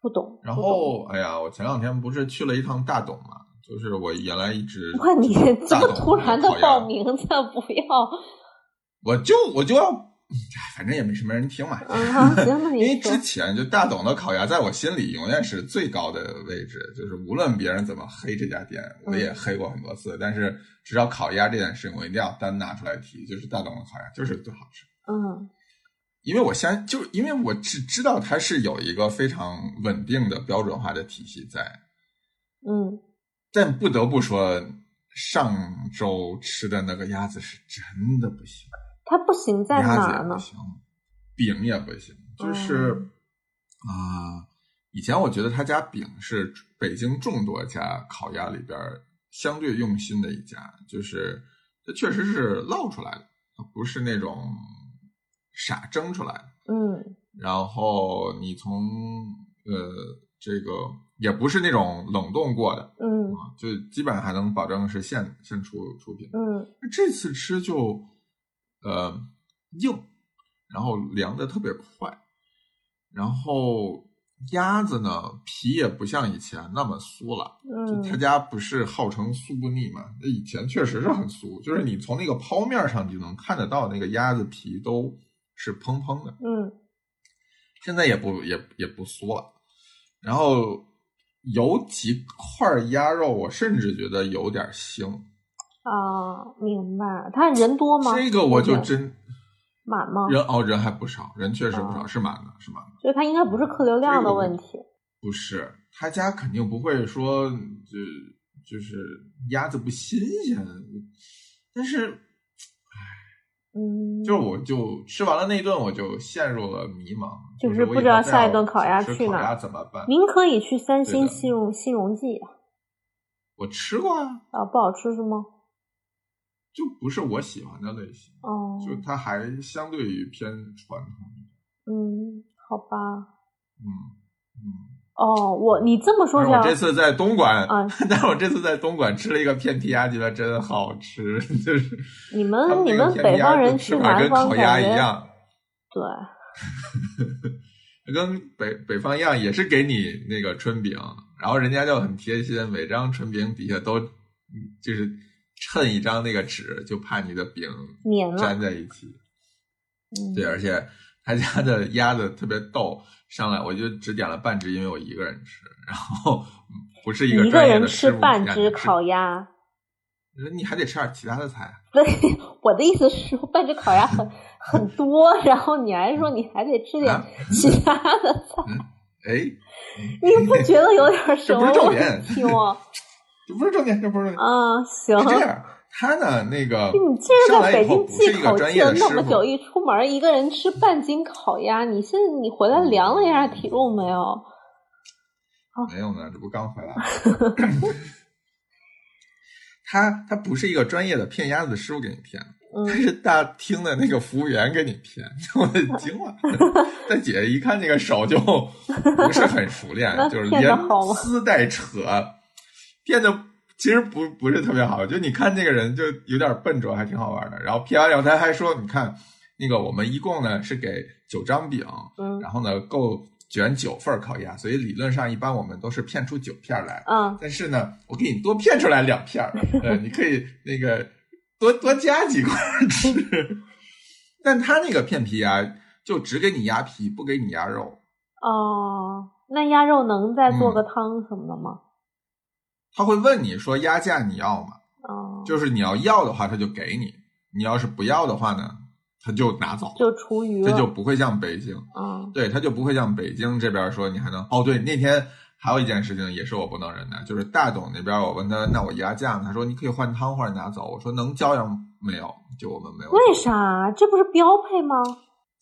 [SPEAKER 2] 不懂。
[SPEAKER 1] 然
[SPEAKER 2] 不懂
[SPEAKER 1] 后哎呀，我前两天不是去了一趟大董嘛，就是我原来一直
[SPEAKER 2] 哇，你这
[SPEAKER 1] 大
[SPEAKER 2] 么
[SPEAKER 1] 董
[SPEAKER 2] 突然的
[SPEAKER 1] 烤鸭
[SPEAKER 2] 报名字，不要，
[SPEAKER 1] 我就我就要，哎反正也没什么人听嘛，
[SPEAKER 2] 嗯，好，行，那
[SPEAKER 1] 因为
[SPEAKER 2] 你说
[SPEAKER 1] 之，前就大董的烤鸭，在我心里永远是最高的位置，就是无论别人怎么黑这家店，我
[SPEAKER 2] 嗯
[SPEAKER 1] 也黑过很多次，但是只要烤鸭这件事情，我一定要单拿出来提，就是大董的烤鸭就是最好吃，
[SPEAKER 2] 嗯
[SPEAKER 1] 因为我相就是因为我只知道它是有一个非常稳定的标准化的体系在，
[SPEAKER 2] 嗯，
[SPEAKER 1] 但不得不说，上周吃的那个鸭子是真的不行。
[SPEAKER 2] 它不行在
[SPEAKER 1] 鸭子
[SPEAKER 2] 哪
[SPEAKER 1] 也
[SPEAKER 2] 儿呢
[SPEAKER 1] 不？行，饼也不行，就是
[SPEAKER 2] 嗯
[SPEAKER 1] 啊、以前我觉得他家饼是北京众多家烤鸭里边儿相对用心的一家，就是它确实是烙出来的，它不是那种傻蒸出来的。
[SPEAKER 2] 嗯
[SPEAKER 1] 然后你从呃这个也不是那种冷冻过的
[SPEAKER 2] 嗯
[SPEAKER 1] 啊，就基本上还能保证是现现出出品。
[SPEAKER 2] 嗯
[SPEAKER 1] 这次吃就呃硬，然后凉的特别快，然后鸭子呢皮也不像以前那么酥了。就他
[SPEAKER 2] 嗯，
[SPEAKER 1] 家不是号称酥不腻嘛？那以前确实是很酥，就是你从那个剖面上就能看得到那个鸭子皮都是蓬蓬的。
[SPEAKER 2] 嗯
[SPEAKER 1] 现在也不也也不酥了。然后有几块鸭肉，我甚至觉得有点腥。
[SPEAKER 2] 啊，明白。他人多吗？
[SPEAKER 1] 这个我就
[SPEAKER 2] 人
[SPEAKER 1] 真
[SPEAKER 2] 满吗？
[SPEAKER 1] 人哦，人还不少，人确实不少，
[SPEAKER 2] 哦
[SPEAKER 1] 是满的，是满的。
[SPEAKER 2] 就是他应该不是客流量
[SPEAKER 1] 这
[SPEAKER 2] 的
[SPEAKER 1] 个我
[SPEAKER 2] 问题。
[SPEAKER 1] 不是，他家肯定不会说，就就是鸭子不新鲜，但是
[SPEAKER 2] 嗯，
[SPEAKER 1] 就是我就吃完了那顿，我就陷入了迷茫，
[SPEAKER 2] 就是
[SPEAKER 1] 是
[SPEAKER 2] 不知道下一顿
[SPEAKER 1] 烤
[SPEAKER 2] 烤鸭去
[SPEAKER 1] 烤
[SPEAKER 2] 哪儿
[SPEAKER 1] 鸭怎么办？
[SPEAKER 2] 您可以去三
[SPEAKER 1] 对
[SPEAKER 2] 星
[SPEAKER 1] 的
[SPEAKER 2] 西荣西荣记
[SPEAKER 1] 我吃过啊，
[SPEAKER 2] 啊，不好吃是吗？
[SPEAKER 1] 就不是我喜欢的类型，
[SPEAKER 2] 哦，
[SPEAKER 1] 就它还相对于偏传统，
[SPEAKER 2] 嗯，好吧，
[SPEAKER 1] 嗯嗯，
[SPEAKER 2] 哦，我你这么说
[SPEAKER 1] 但是
[SPEAKER 2] 这
[SPEAKER 1] 我
[SPEAKER 2] 样
[SPEAKER 1] 这次在东莞，
[SPEAKER 2] 啊，
[SPEAKER 1] 但是我这次在东莞吃了一个片皮鸭，觉得真好吃， 就是
[SPEAKER 2] 你
[SPEAKER 1] 他
[SPEAKER 2] 们
[SPEAKER 1] 那
[SPEAKER 2] 嗯你
[SPEAKER 1] 个
[SPEAKER 2] 们
[SPEAKER 1] 片
[SPEAKER 2] 北
[SPEAKER 1] 皮鸭
[SPEAKER 2] 方
[SPEAKER 1] 就
[SPEAKER 2] 人
[SPEAKER 1] 吃
[SPEAKER 2] 吃
[SPEAKER 1] 法
[SPEAKER 2] 南
[SPEAKER 1] 跟
[SPEAKER 2] 方
[SPEAKER 1] 烤鸭
[SPEAKER 2] 感
[SPEAKER 1] 一
[SPEAKER 2] 觉
[SPEAKER 1] 样，
[SPEAKER 2] 对，
[SPEAKER 1] 跟北北方一样，也是给你那个春饼，然后人家就很贴心，每张春饼底下都嗯就是衬一张那个纸，就怕你的饼
[SPEAKER 2] 黏了，
[SPEAKER 1] 粘在一起。
[SPEAKER 2] 嗯
[SPEAKER 1] 对，而且他家的鸭子特别逗，上来我就只点了半只，因为我一个人吃，然后不是一个
[SPEAKER 2] 一个
[SPEAKER 1] 专业
[SPEAKER 2] 人
[SPEAKER 1] 的
[SPEAKER 2] 吃
[SPEAKER 1] 师傅
[SPEAKER 2] 半
[SPEAKER 1] 让你
[SPEAKER 2] 只
[SPEAKER 1] 吃
[SPEAKER 2] 烤鸭。
[SPEAKER 1] 你还得吃点其他的菜啊。
[SPEAKER 2] 不是我的意思是说，半只烤鸭很很多，然后你还说你还得吃点
[SPEAKER 1] 啊
[SPEAKER 2] 其他 的菜，
[SPEAKER 1] 哎，
[SPEAKER 2] 你不觉得有点什
[SPEAKER 1] 这不
[SPEAKER 2] 么
[SPEAKER 1] 是重
[SPEAKER 2] 问
[SPEAKER 1] 点，
[SPEAKER 2] 题 吗？
[SPEAKER 1] 这不是重点，这不是重点。
[SPEAKER 2] 啊，行，
[SPEAKER 1] 是这样，他呢那个
[SPEAKER 2] 你既然
[SPEAKER 1] 上
[SPEAKER 2] 在
[SPEAKER 1] 来
[SPEAKER 2] 北
[SPEAKER 1] 以后
[SPEAKER 2] 京
[SPEAKER 1] 不是
[SPEAKER 2] 忌
[SPEAKER 1] 一
[SPEAKER 2] 口
[SPEAKER 1] 个专
[SPEAKER 2] 忌
[SPEAKER 1] 业
[SPEAKER 2] 了
[SPEAKER 1] 的
[SPEAKER 2] 那
[SPEAKER 1] 师
[SPEAKER 2] 么久，
[SPEAKER 1] 傅，
[SPEAKER 2] 一出门一个人吃半斤烤鸭，你现在你回来
[SPEAKER 1] 嗯
[SPEAKER 2] 量了一下体重没有？
[SPEAKER 1] 没有呢，这不刚回来啊 吗。他他不是一个专业的骗鸭子的师傅给你骗，他
[SPEAKER 2] 嗯，
[SPEAKER 1] 是大厅的那个服务员给你 骗，我惊 了。大姐一看那个手就不是很熟练
[SPEAKER 2] 那，
[SPEAKER 1] 就是
[SPEAKER 2] 骗得
[SPEAKER 1] 连
[SPEAKER 2] 好吗
[SPEAKER 1] 丝带扯，骗的其实不不是特别好。就你看这个人就有点笨拙，还挺好玩的。然后骗完以后，他还说：“你看那个我们一共呢是给九张饼，
[SPEAKER 2] 嗯
[SPEAKER 1] 然后呢够卷九份烤鸭，所以理论上一般我们都是骗出九片儿来。”
[SPEAKER 2] 嗯，
[SPEAKER 1] 但是呢，我给你多片出来两片儿，呃，你可以那个多多加几块儿吃。 但他那个片皮鸭就只给你鸭皮，不给你鸭肉，
[SPEAKER 2] 哦，那鸭肉能再做
[SPEAKER 1] 嗯
[SPEAKER 2] 个汤什么的吗？
[SPEAKER 1] 他会问你说鸭架你要吗？
[SPEAKER 2] 哦，
[SPEAKER 1] 就是你要要的话，他就给你；你要是不要的话呢，他就拿走，
[SPEAKER 2] 就厨余
[SPEAKER 1] 这就
[SPEAKER 2] 了，
[SPEAKER 1] 不会像北京，
[SPEAKER 2] 嗯
[SPEAKER 1] 对，他就不会像北京这边说你还能哦。对，那天还有一件事情也是我不能忍的，就是大董那边我问他，那我鸭架呢？他说你可以换汤或者拿走。我说能交养没有？就我们没有。
[SPEAKER 2] 为？啥？这不是标配吗？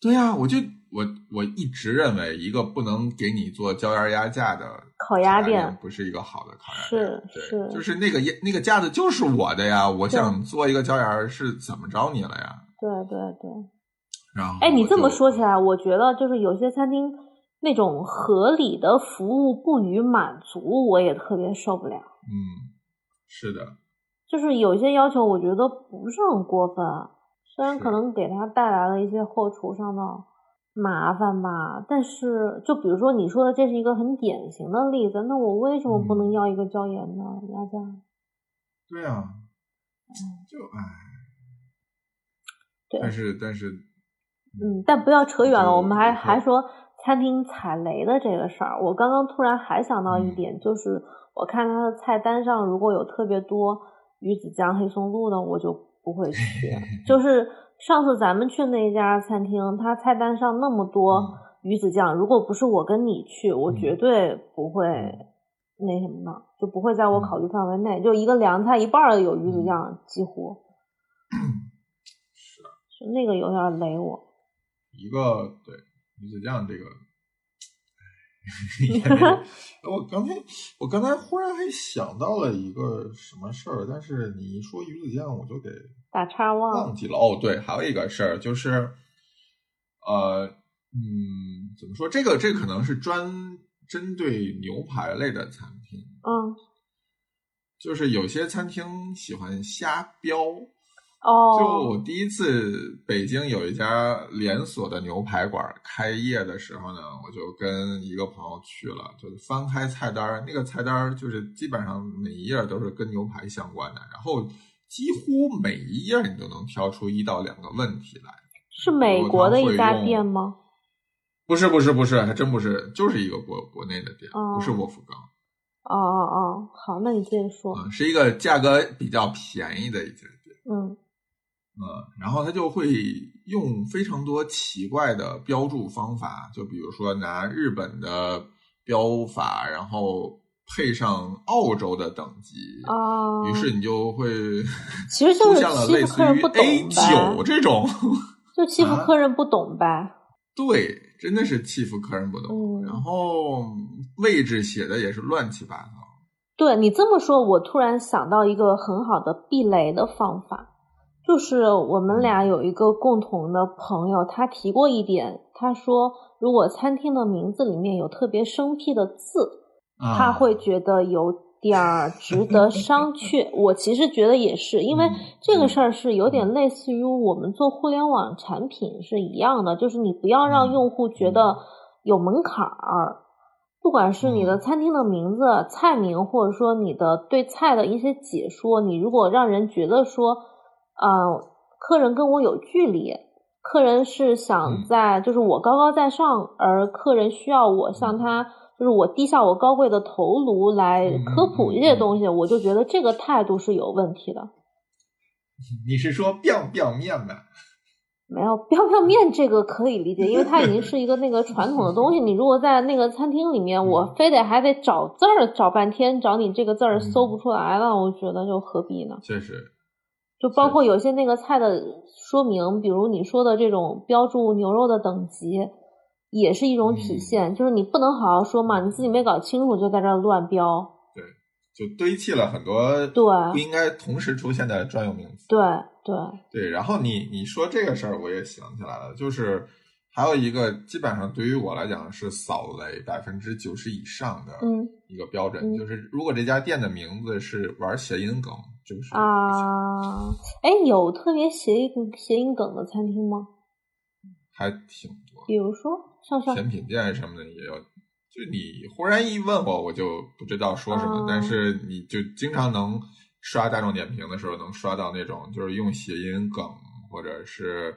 [SPEAKER 1] 对呀、我就我我一直认为一个不能给你做椒盐鸭架的
[SPEAKER 2] 烤鸭店
[SPEAKER 1] 不是一个好的烤鸭
[SPEAKER 2] 是
[SPEAKER 1] 店。对，
[SPEAKER 2] 是
[SPEAKER 1] 就是那个鸭那个架子就是我的呀，我想做一个椒盐是怎么着你了呀？
[SPEAKER 2] 对对对。
[SPEAKER 1] 然后
[SPEAKER 2] 哎，你
[SPEAKER 1] 我
[SPEAKER 2] 这么
[SPEAKER 1] 就
[SPEAKER 2] 说起来，我觉得就是有些餐厅那种合理的服务不予满足，我也特别受不了。
[SPEAKER 1] 嗯，是的，
[SPEAKER 2] 就是有些要求，我觉得不是很过分，啊虽然
[SPEAKER 1] 是
[SPEAKER 2] 可能给他带来了一些后厨上的麻烦吧，但是就比如说你说的，这是一个很典型的例子，那我为什么不能要一个椒盐呢？鸭架？
[SPEAKER 1] 对啊，就唉。
[SPEAKER 2] 对
[SPEAKER 1] 但是但是，
[SPEAKER 2] 嗯，但不要扯远了，
[SPEAKER 1] 就
[SPEAKER 2] 我们还
[SPEAKER 1] 就
[SPEAKER 2] 还说餐厅踩雷的这个事儿。我刚刚突然还想到一
[SPEAKER 1] 嗯
[SPEAKER 2] 点，就是我看它的菜单上如果有特别多鱼子酱、黑松露的，我就不会去。 就是上次咱们去那家餐厅，它菜单上那么多
[SPEAKER 1] 嗯
[SPEAKER 2] 鱼子酱，如果不是我跟你去，我
[SPEAKER 1] 嗯
[SPEAKER 2] 绝对不会那什么的，就不会在我考虑范围内。就一个凉菜一半儿有鱼子
[SPEAKER 1] 嗯
[SPEAKER 2] 酱，几乎 是那个有点雷我。
[SPEAKER 1] 一个对鱼子酱这个，唉 我刚才我刚才忽然还想到了一个什么事儿，但是你一说鱼子酱，我就给
[SPEAKER 2] 打岔忘了
[SPEAKER 1] 忘，记了。哦，对，还有一个事儿就是，呃，嗯，怎么说？这个这可能是专针对牛排类的餐厅，
[SPEAKER 2] 嗯，
[SPEAKER 1] 就是有些餐厅喜欢瞎标。
[SPEAKER 2] 哦，
[SPEAKER 1] 就我第一次北京有一家连锁的牛排馆开业的时候呢，我就跟一个朋友去了，就是翻开菜单儿，那个菜单儿就是基本上每一页都是跟牛排相关的，然后几乎每一页你都能挑出一到两个问题来。
[SPEAKER 2] 是美国的一家店吗？
[SPEAKER 1] 不是不是不是，还真不是，就是一个国国内的店，
[SPEAKER 2] 哦
[SPEAKER 1] 不是沃夫冈，
[SPEAKER 2] 哦哦哦，好，那你接着说。
[SPEAKER 1] 嗯，是一个价格比较便宜的一家店。
[SPEAKER 2] 嗯
[SPEAKER 1] 嗯，然后他就会用非常多奇怪的标注方法，就比如说拿日本的标法，然后配上澳洲的等级，
[SPEAKER 2] 啊，
[SPEAKER 1] 于是你就会
[SPEAKER 2] 其实就
[SPEAKER 1] 出
[SPEAKER 2] 是
[SPEAKER 1] 现了
[SPEAKER 2] 欺
[SPEAKER 1] 类
[SPEAKER 2] 负
[SPEAKER 1] 似
[SPEAKER 2] 客人
[SPEAKER 1] 于
[SPEAKER 2] 不
[SPEAKER 1] A
[SPEAKER 2] 懂
[SPEAKER 1] 九
[SPEAKER 2] 呗，
[SPEAKER 1] 这种，
[SPEAKER 2] 就欺负
[SPEAKER 1] 啊
[SPEAKER 2] 客人不懂呗。
[SPEAKER 1] 对，真的是欺负客人不懂。
[SPEAKER 2] 嗯
[SPEAKER 1] 然后位置写的也是乱七八糟，
[SPEAKER 2] 对你这么说，我突然想到一个很好的避雷的方法，
[SPEAKER 1] 嗯
[SPEAKER 2] 就是我们俩有一个共同的朋友，他提过一点，他说如果餐厅的名字里面有特别生僻的字，
[SPEAKER 1] 啊
[SPEAKER 2] 他会觉得有点儿值得商 榷。我其实觉得也是，因为
[SPEAKER 1] 嗯
[SPEAKER 2] 这个事儿是有点类似于我们做互联网产品是一样的，就是你不要让
[SPEAKER 1] 嗯
[SPEAKER 2] 用户觉得有门槛儿。不管是你的
[SPEAKER 1] 嗯
[SPEAKER 2] 餐厅的名字、菜名，或者说你的对菜的一些解说，你如果让人觉得说，呃，客人跟我有距离，客人是想
[SPEAKER 1] 嗯
[SPEAKER 2] 在就是我高高在上，而客人需要我
[SPEAKER 1] 嗯
[SPEAKER 2] 向他就是我低下我高贵的头颅来
[SPEAKER 1] 嗯
[SPEAKER 2] 科普
[SPEAKER 1] 嗯
[SPEAKER 2] 这些
[SPEAKER 1] 嗯
[SPEAKER 2] 东西，我就觉得这个态度是有问题的。
[SPEAKER 1] 你是说表表面吧？
[SPEAKER 2] 没有 彪彪面这个可以理解，因为它已经是一个那个传统的东西。你如果在那个餐厅里面，我非得还得找字儿找半天，找你这个字儿搜不出来了，我觉得就何必呢？
[SPEAKER 1] 确实，
[SPEAKER 2] 就包括有些那个菜的说明，比如你说的这种标注牛肉的等级，也是一种体现，就是你不能好好说嘛，你自己没搞清楚就在这儿乱标，
[SPEAKER 1] 就堆砌了很多
[SPEAKER 2] 对
[SPEAKER 1] 不应该同时出现的专有名词。
[SPEAKER 2] 对对，
[SPEAKER 1] 对，然后你你说这个事儿，我也想起来了，就是还有一个基本上对于我来讲是扫雷百分之九十以上的
[SPEAKER 2] 嗯
[SPEAKER 1] 一个标准，
[SPEAKER 2] 嗯
[SPEAKER 1] 就是如果这家店的名字是玩谐音梗，就是不行
[SPEAKER 2] 啊，哎，有特别谐音谐音梗的餐厅吗？
[SPEAKER 1] 还挺多。
[SPEAKER 2] 比如说像像
[SPEAKER 1] 甜品店什么的也有。就你忽然一问我，我就不知道说什么，
[SPEAKER 2] 啊
[SPEAKER 1] 但是你就经常能刷大众点评的时候，能刷到那种就是用谐音梗或者是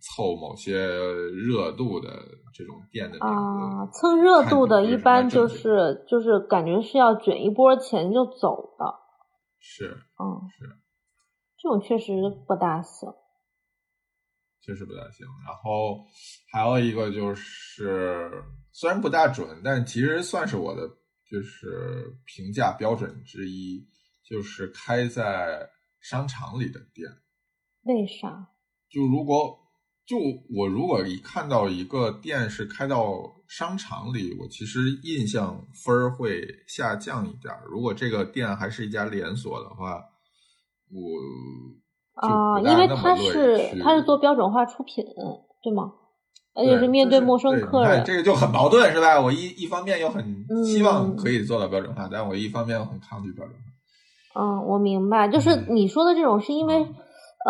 [SPEAKER 1] 凑某些热度的这种店的名
[SPEAKER 2] 啊，
[SPEAKER 1] 字。
[SPEAKER 2] 蹭热度的
[SPEAKER 1] 看你
[SPEAKER 2] 一
[SPEAKER 1] 是
[SPEAKER 2] 般
[SPEAKER 1] 不
[SPEAKER 2] 就是是就是感觉是要卷一波钱就走的，
[SPEAKER 1] 是
[SPEAKER 2] 嗯，
[SPEAKER 1] 是，
[SPEAKER 2] 这种确实不大行。
[SPEAKER 1] 确实不大行。然后还有一个就是，虽然不大准，但其实算是我的就是评价标准之一，就是开在商场里的店。
[SPEAKER 2] 为啥？
[SPEAKER 1] 就如果就我如果一看到一个店是开到商场里，我其实印象分儿会下降一点儿。如果这个店还是一家连锁的话，我就
[SPEAKER 2] 啊，
[SPEAKER 1] 不
[SPEAKER 2] 因
[SPEAKER 1] 大
[SPEAKER 2] 为
[SPEAKER 1] 那么
[SPEAKER 2] 它
[SPEAKER 1] 乐意
[SPEAKER 2] 是
[SPEAKER 1] 去
[SPEAKER 2] 它是做标准化出品，对吗？而且
[SPEAKER 1] 对
[SPEAKER 2] 是面
[SPEAKER 1] 就是
[SPEAKER 2] 陌生
[SPEAKER 1] 对
[SPEAKER 2] 客
[SPEAKER 1] 你看
[SPEAKER 2] 人，
[SPEAKER 1] 这个就很矛盾，是吧？我一一方面又很希望
[SPEAKER 2] 嗯
[SPEAKER 1] 可以做到标准化，但我一方面又很抗拒标准化。
[SPEAKER 2] 嗯，我明白，就是你说的这种是因为，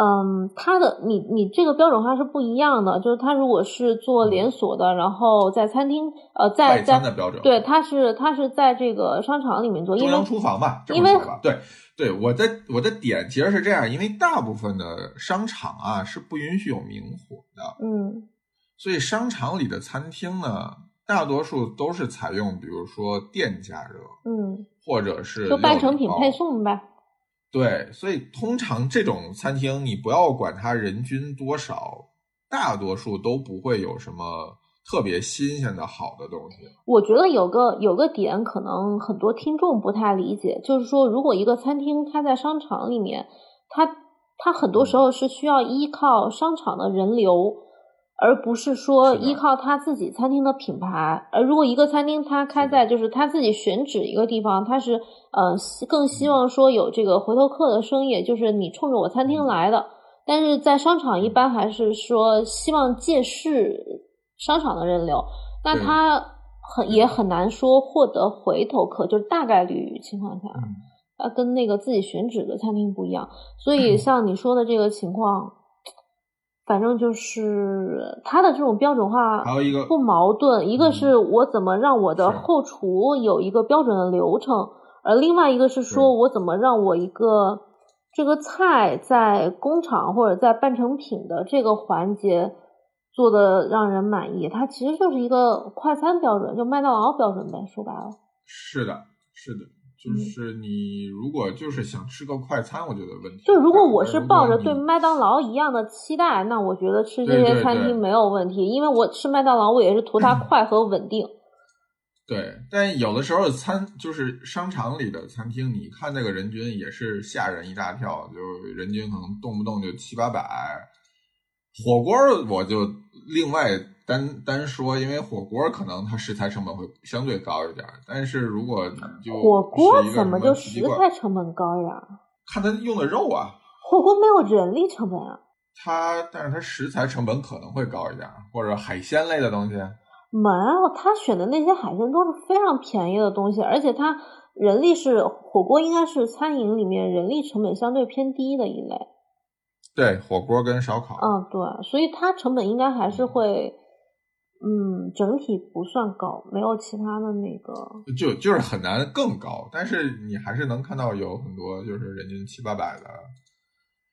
[SPEAKER 2] 嗯，它的你你这个标准化是不一样的，就是它如果是
[SPEAKER 1] 嗯
[SPEAKER 2] 做连锁的，然后在餐厅呃在
[SPEAKER 1] 快餐
[SPEAKER 2] 在
[SPEAKER 1] 的标准，
[SPEAKER 2] 对，，它是它是在这个商场里面做，因
[SPEAKER 1] 中央
[SPEAKER 2] 为
[SPEAKER 1] 厨房吧，这
[SPEAKER 2] 因
[SPEAKER 1] 么
[SPEAKER 2] 为
[SPEAKER 1] 说吧。对对，我的我的点其实是这样，因为大部分的商场啊是不允许有明火的，
[SPEAKER 2] 嗯
[SPEAKER 1] 所以商场里的餐厅呢，大多数都是采用比如说电加热，
[SPEAKER 2] 嗯，
[SPEAKER 1] 或者是
[SPEAKER 2] 就半
[SPEAKER 1] 料
[SPEAKER 2] 成
[SPEAKER 1] 理
[SPEAKER 2] 品
[SPEAKER 1] 包
[SPEAKER 2] 配送呗。
[SPEAKER 1] 对，所以通常这种餐厅，你不要管它人均多少，大多数都不会有什么特别新鲜的好的东西。
[SPEAKER 2] 我觉得有个有个点，可能很多听众不太理解，就是说，如果一个餐厅开在商场里面，它它很
[SPEAKER 1] 嗯
[SPEAKER 2] 多时候是需要依靠商场的人流，而不是说
[SPEAKER 1] 是的
[SPEAKER 2] 依靠它自己餐厅的品牌。而如果一个餐厅它开在就是它自己选址一个地方，它是呃希更希望说有这个回头客的生意，就是你冲着我餐
[SPEAKER 1] 嗯
[SPEAKER 2] 厅来的。但是在商场一般还是说希望借势商场的人流，那
[SPEAKER 1] 对
[SPEAKER 2] 他很也很难说获得回头客，就是大概率情况下，
[SPEAKER 1] 嗯
[SPEAKER 2] 它跟那个自己选址的餐厅不一样。 所以像你说的这个情况，反正就是它的这种标准化
[SPEAKER 1] 还有一个
[SPEAKER 2] 不矛盾，一个是我怎么让我的
[SPEAKER 1] 嗯是
[SPEAKER 2] 后厨有一个标准的流程，而另外一个是说
[SPEAKER 1] 对
[SPEAKER 2] 我怎么让我一个这个菜在工厂或者在半成品的这个环节做的让人满意，它其实就是一个快餐标准，就麦当劳标准呗，说白了，
[SPEAKER 1] 是的，是的，就
[SPEAKER 2] 嗯
[SPEAKER 1] 是你如果就是想吃个快餐，我觉得问题
[SPEAKER 2] 就
[SPEAKER 1] 不
[SPEAKER 2] 如
[SPEAKER 1] 大
[SPEAKER 2] 果我
[SPEAKER 1] 但
[SPEAKER 2] 是
[SPEAKER 1] 如
[SPEAKER 2] 抱着
[SPEAKER 1] 你
[SPEAKER 2] 对麦当劳一样的期待，那我觉得吃
[SPEAKER 1] 嗯
[SPEAKER 2] 这
[SPEAKER 1] 对
[SPEAKER 2] 些
[SPEAKER 1] 对
[SPEAKER 2] 餐
[SPEAKER 1] 对嗯
[SPEAKER 2] 厅没有问题，因为我吃麦当劳我也是图它快和稳定。
[SPEAKER 1] 对，但有的时候餐就是商场里的餐厅，你看那个人均也是吓人一大跳，就人均可能动不动就七八百。火锅儿我就另外单单说，因为火锅儿可能它食材成本会相对高一点儿，但是如果你就
[SPEAKER 2] 火锅
[SPEAKER 1] 是一个
[SPEAKER 2] 怎么
[SPEAKER 1] 么
[SPEAKER 2] 就
[SPEAKER 1] 奇
[SPEAKER 2] 食
[SPEAKER 1] 怪
[SPEAKER 2] 材成本高呀？
[SPEAKER 1] 看它用的肉啊，
[SPEAKER 2] 火锅没有人力成本啊。
[SPEAKER 1] 它，但是它食材成本可能会高一点，或者海鲜类的东西，
[SPEAKER 2] 没有，啊他选的那些海鲜都是非常便宜的东西，而且他人力是火锅，应该是餐饮里面人力成本相对偏低的一类。
[SPEAKER 1] 对，火锅跟烧烤，
[SPEAKER 2] 嗯，对，所以它成本应该还是会，嗯，整体不算高，没有其他的那个，
[SPEAKER 1] 就就是很难更高，但是你还是能看到有很多就是人均七八百的，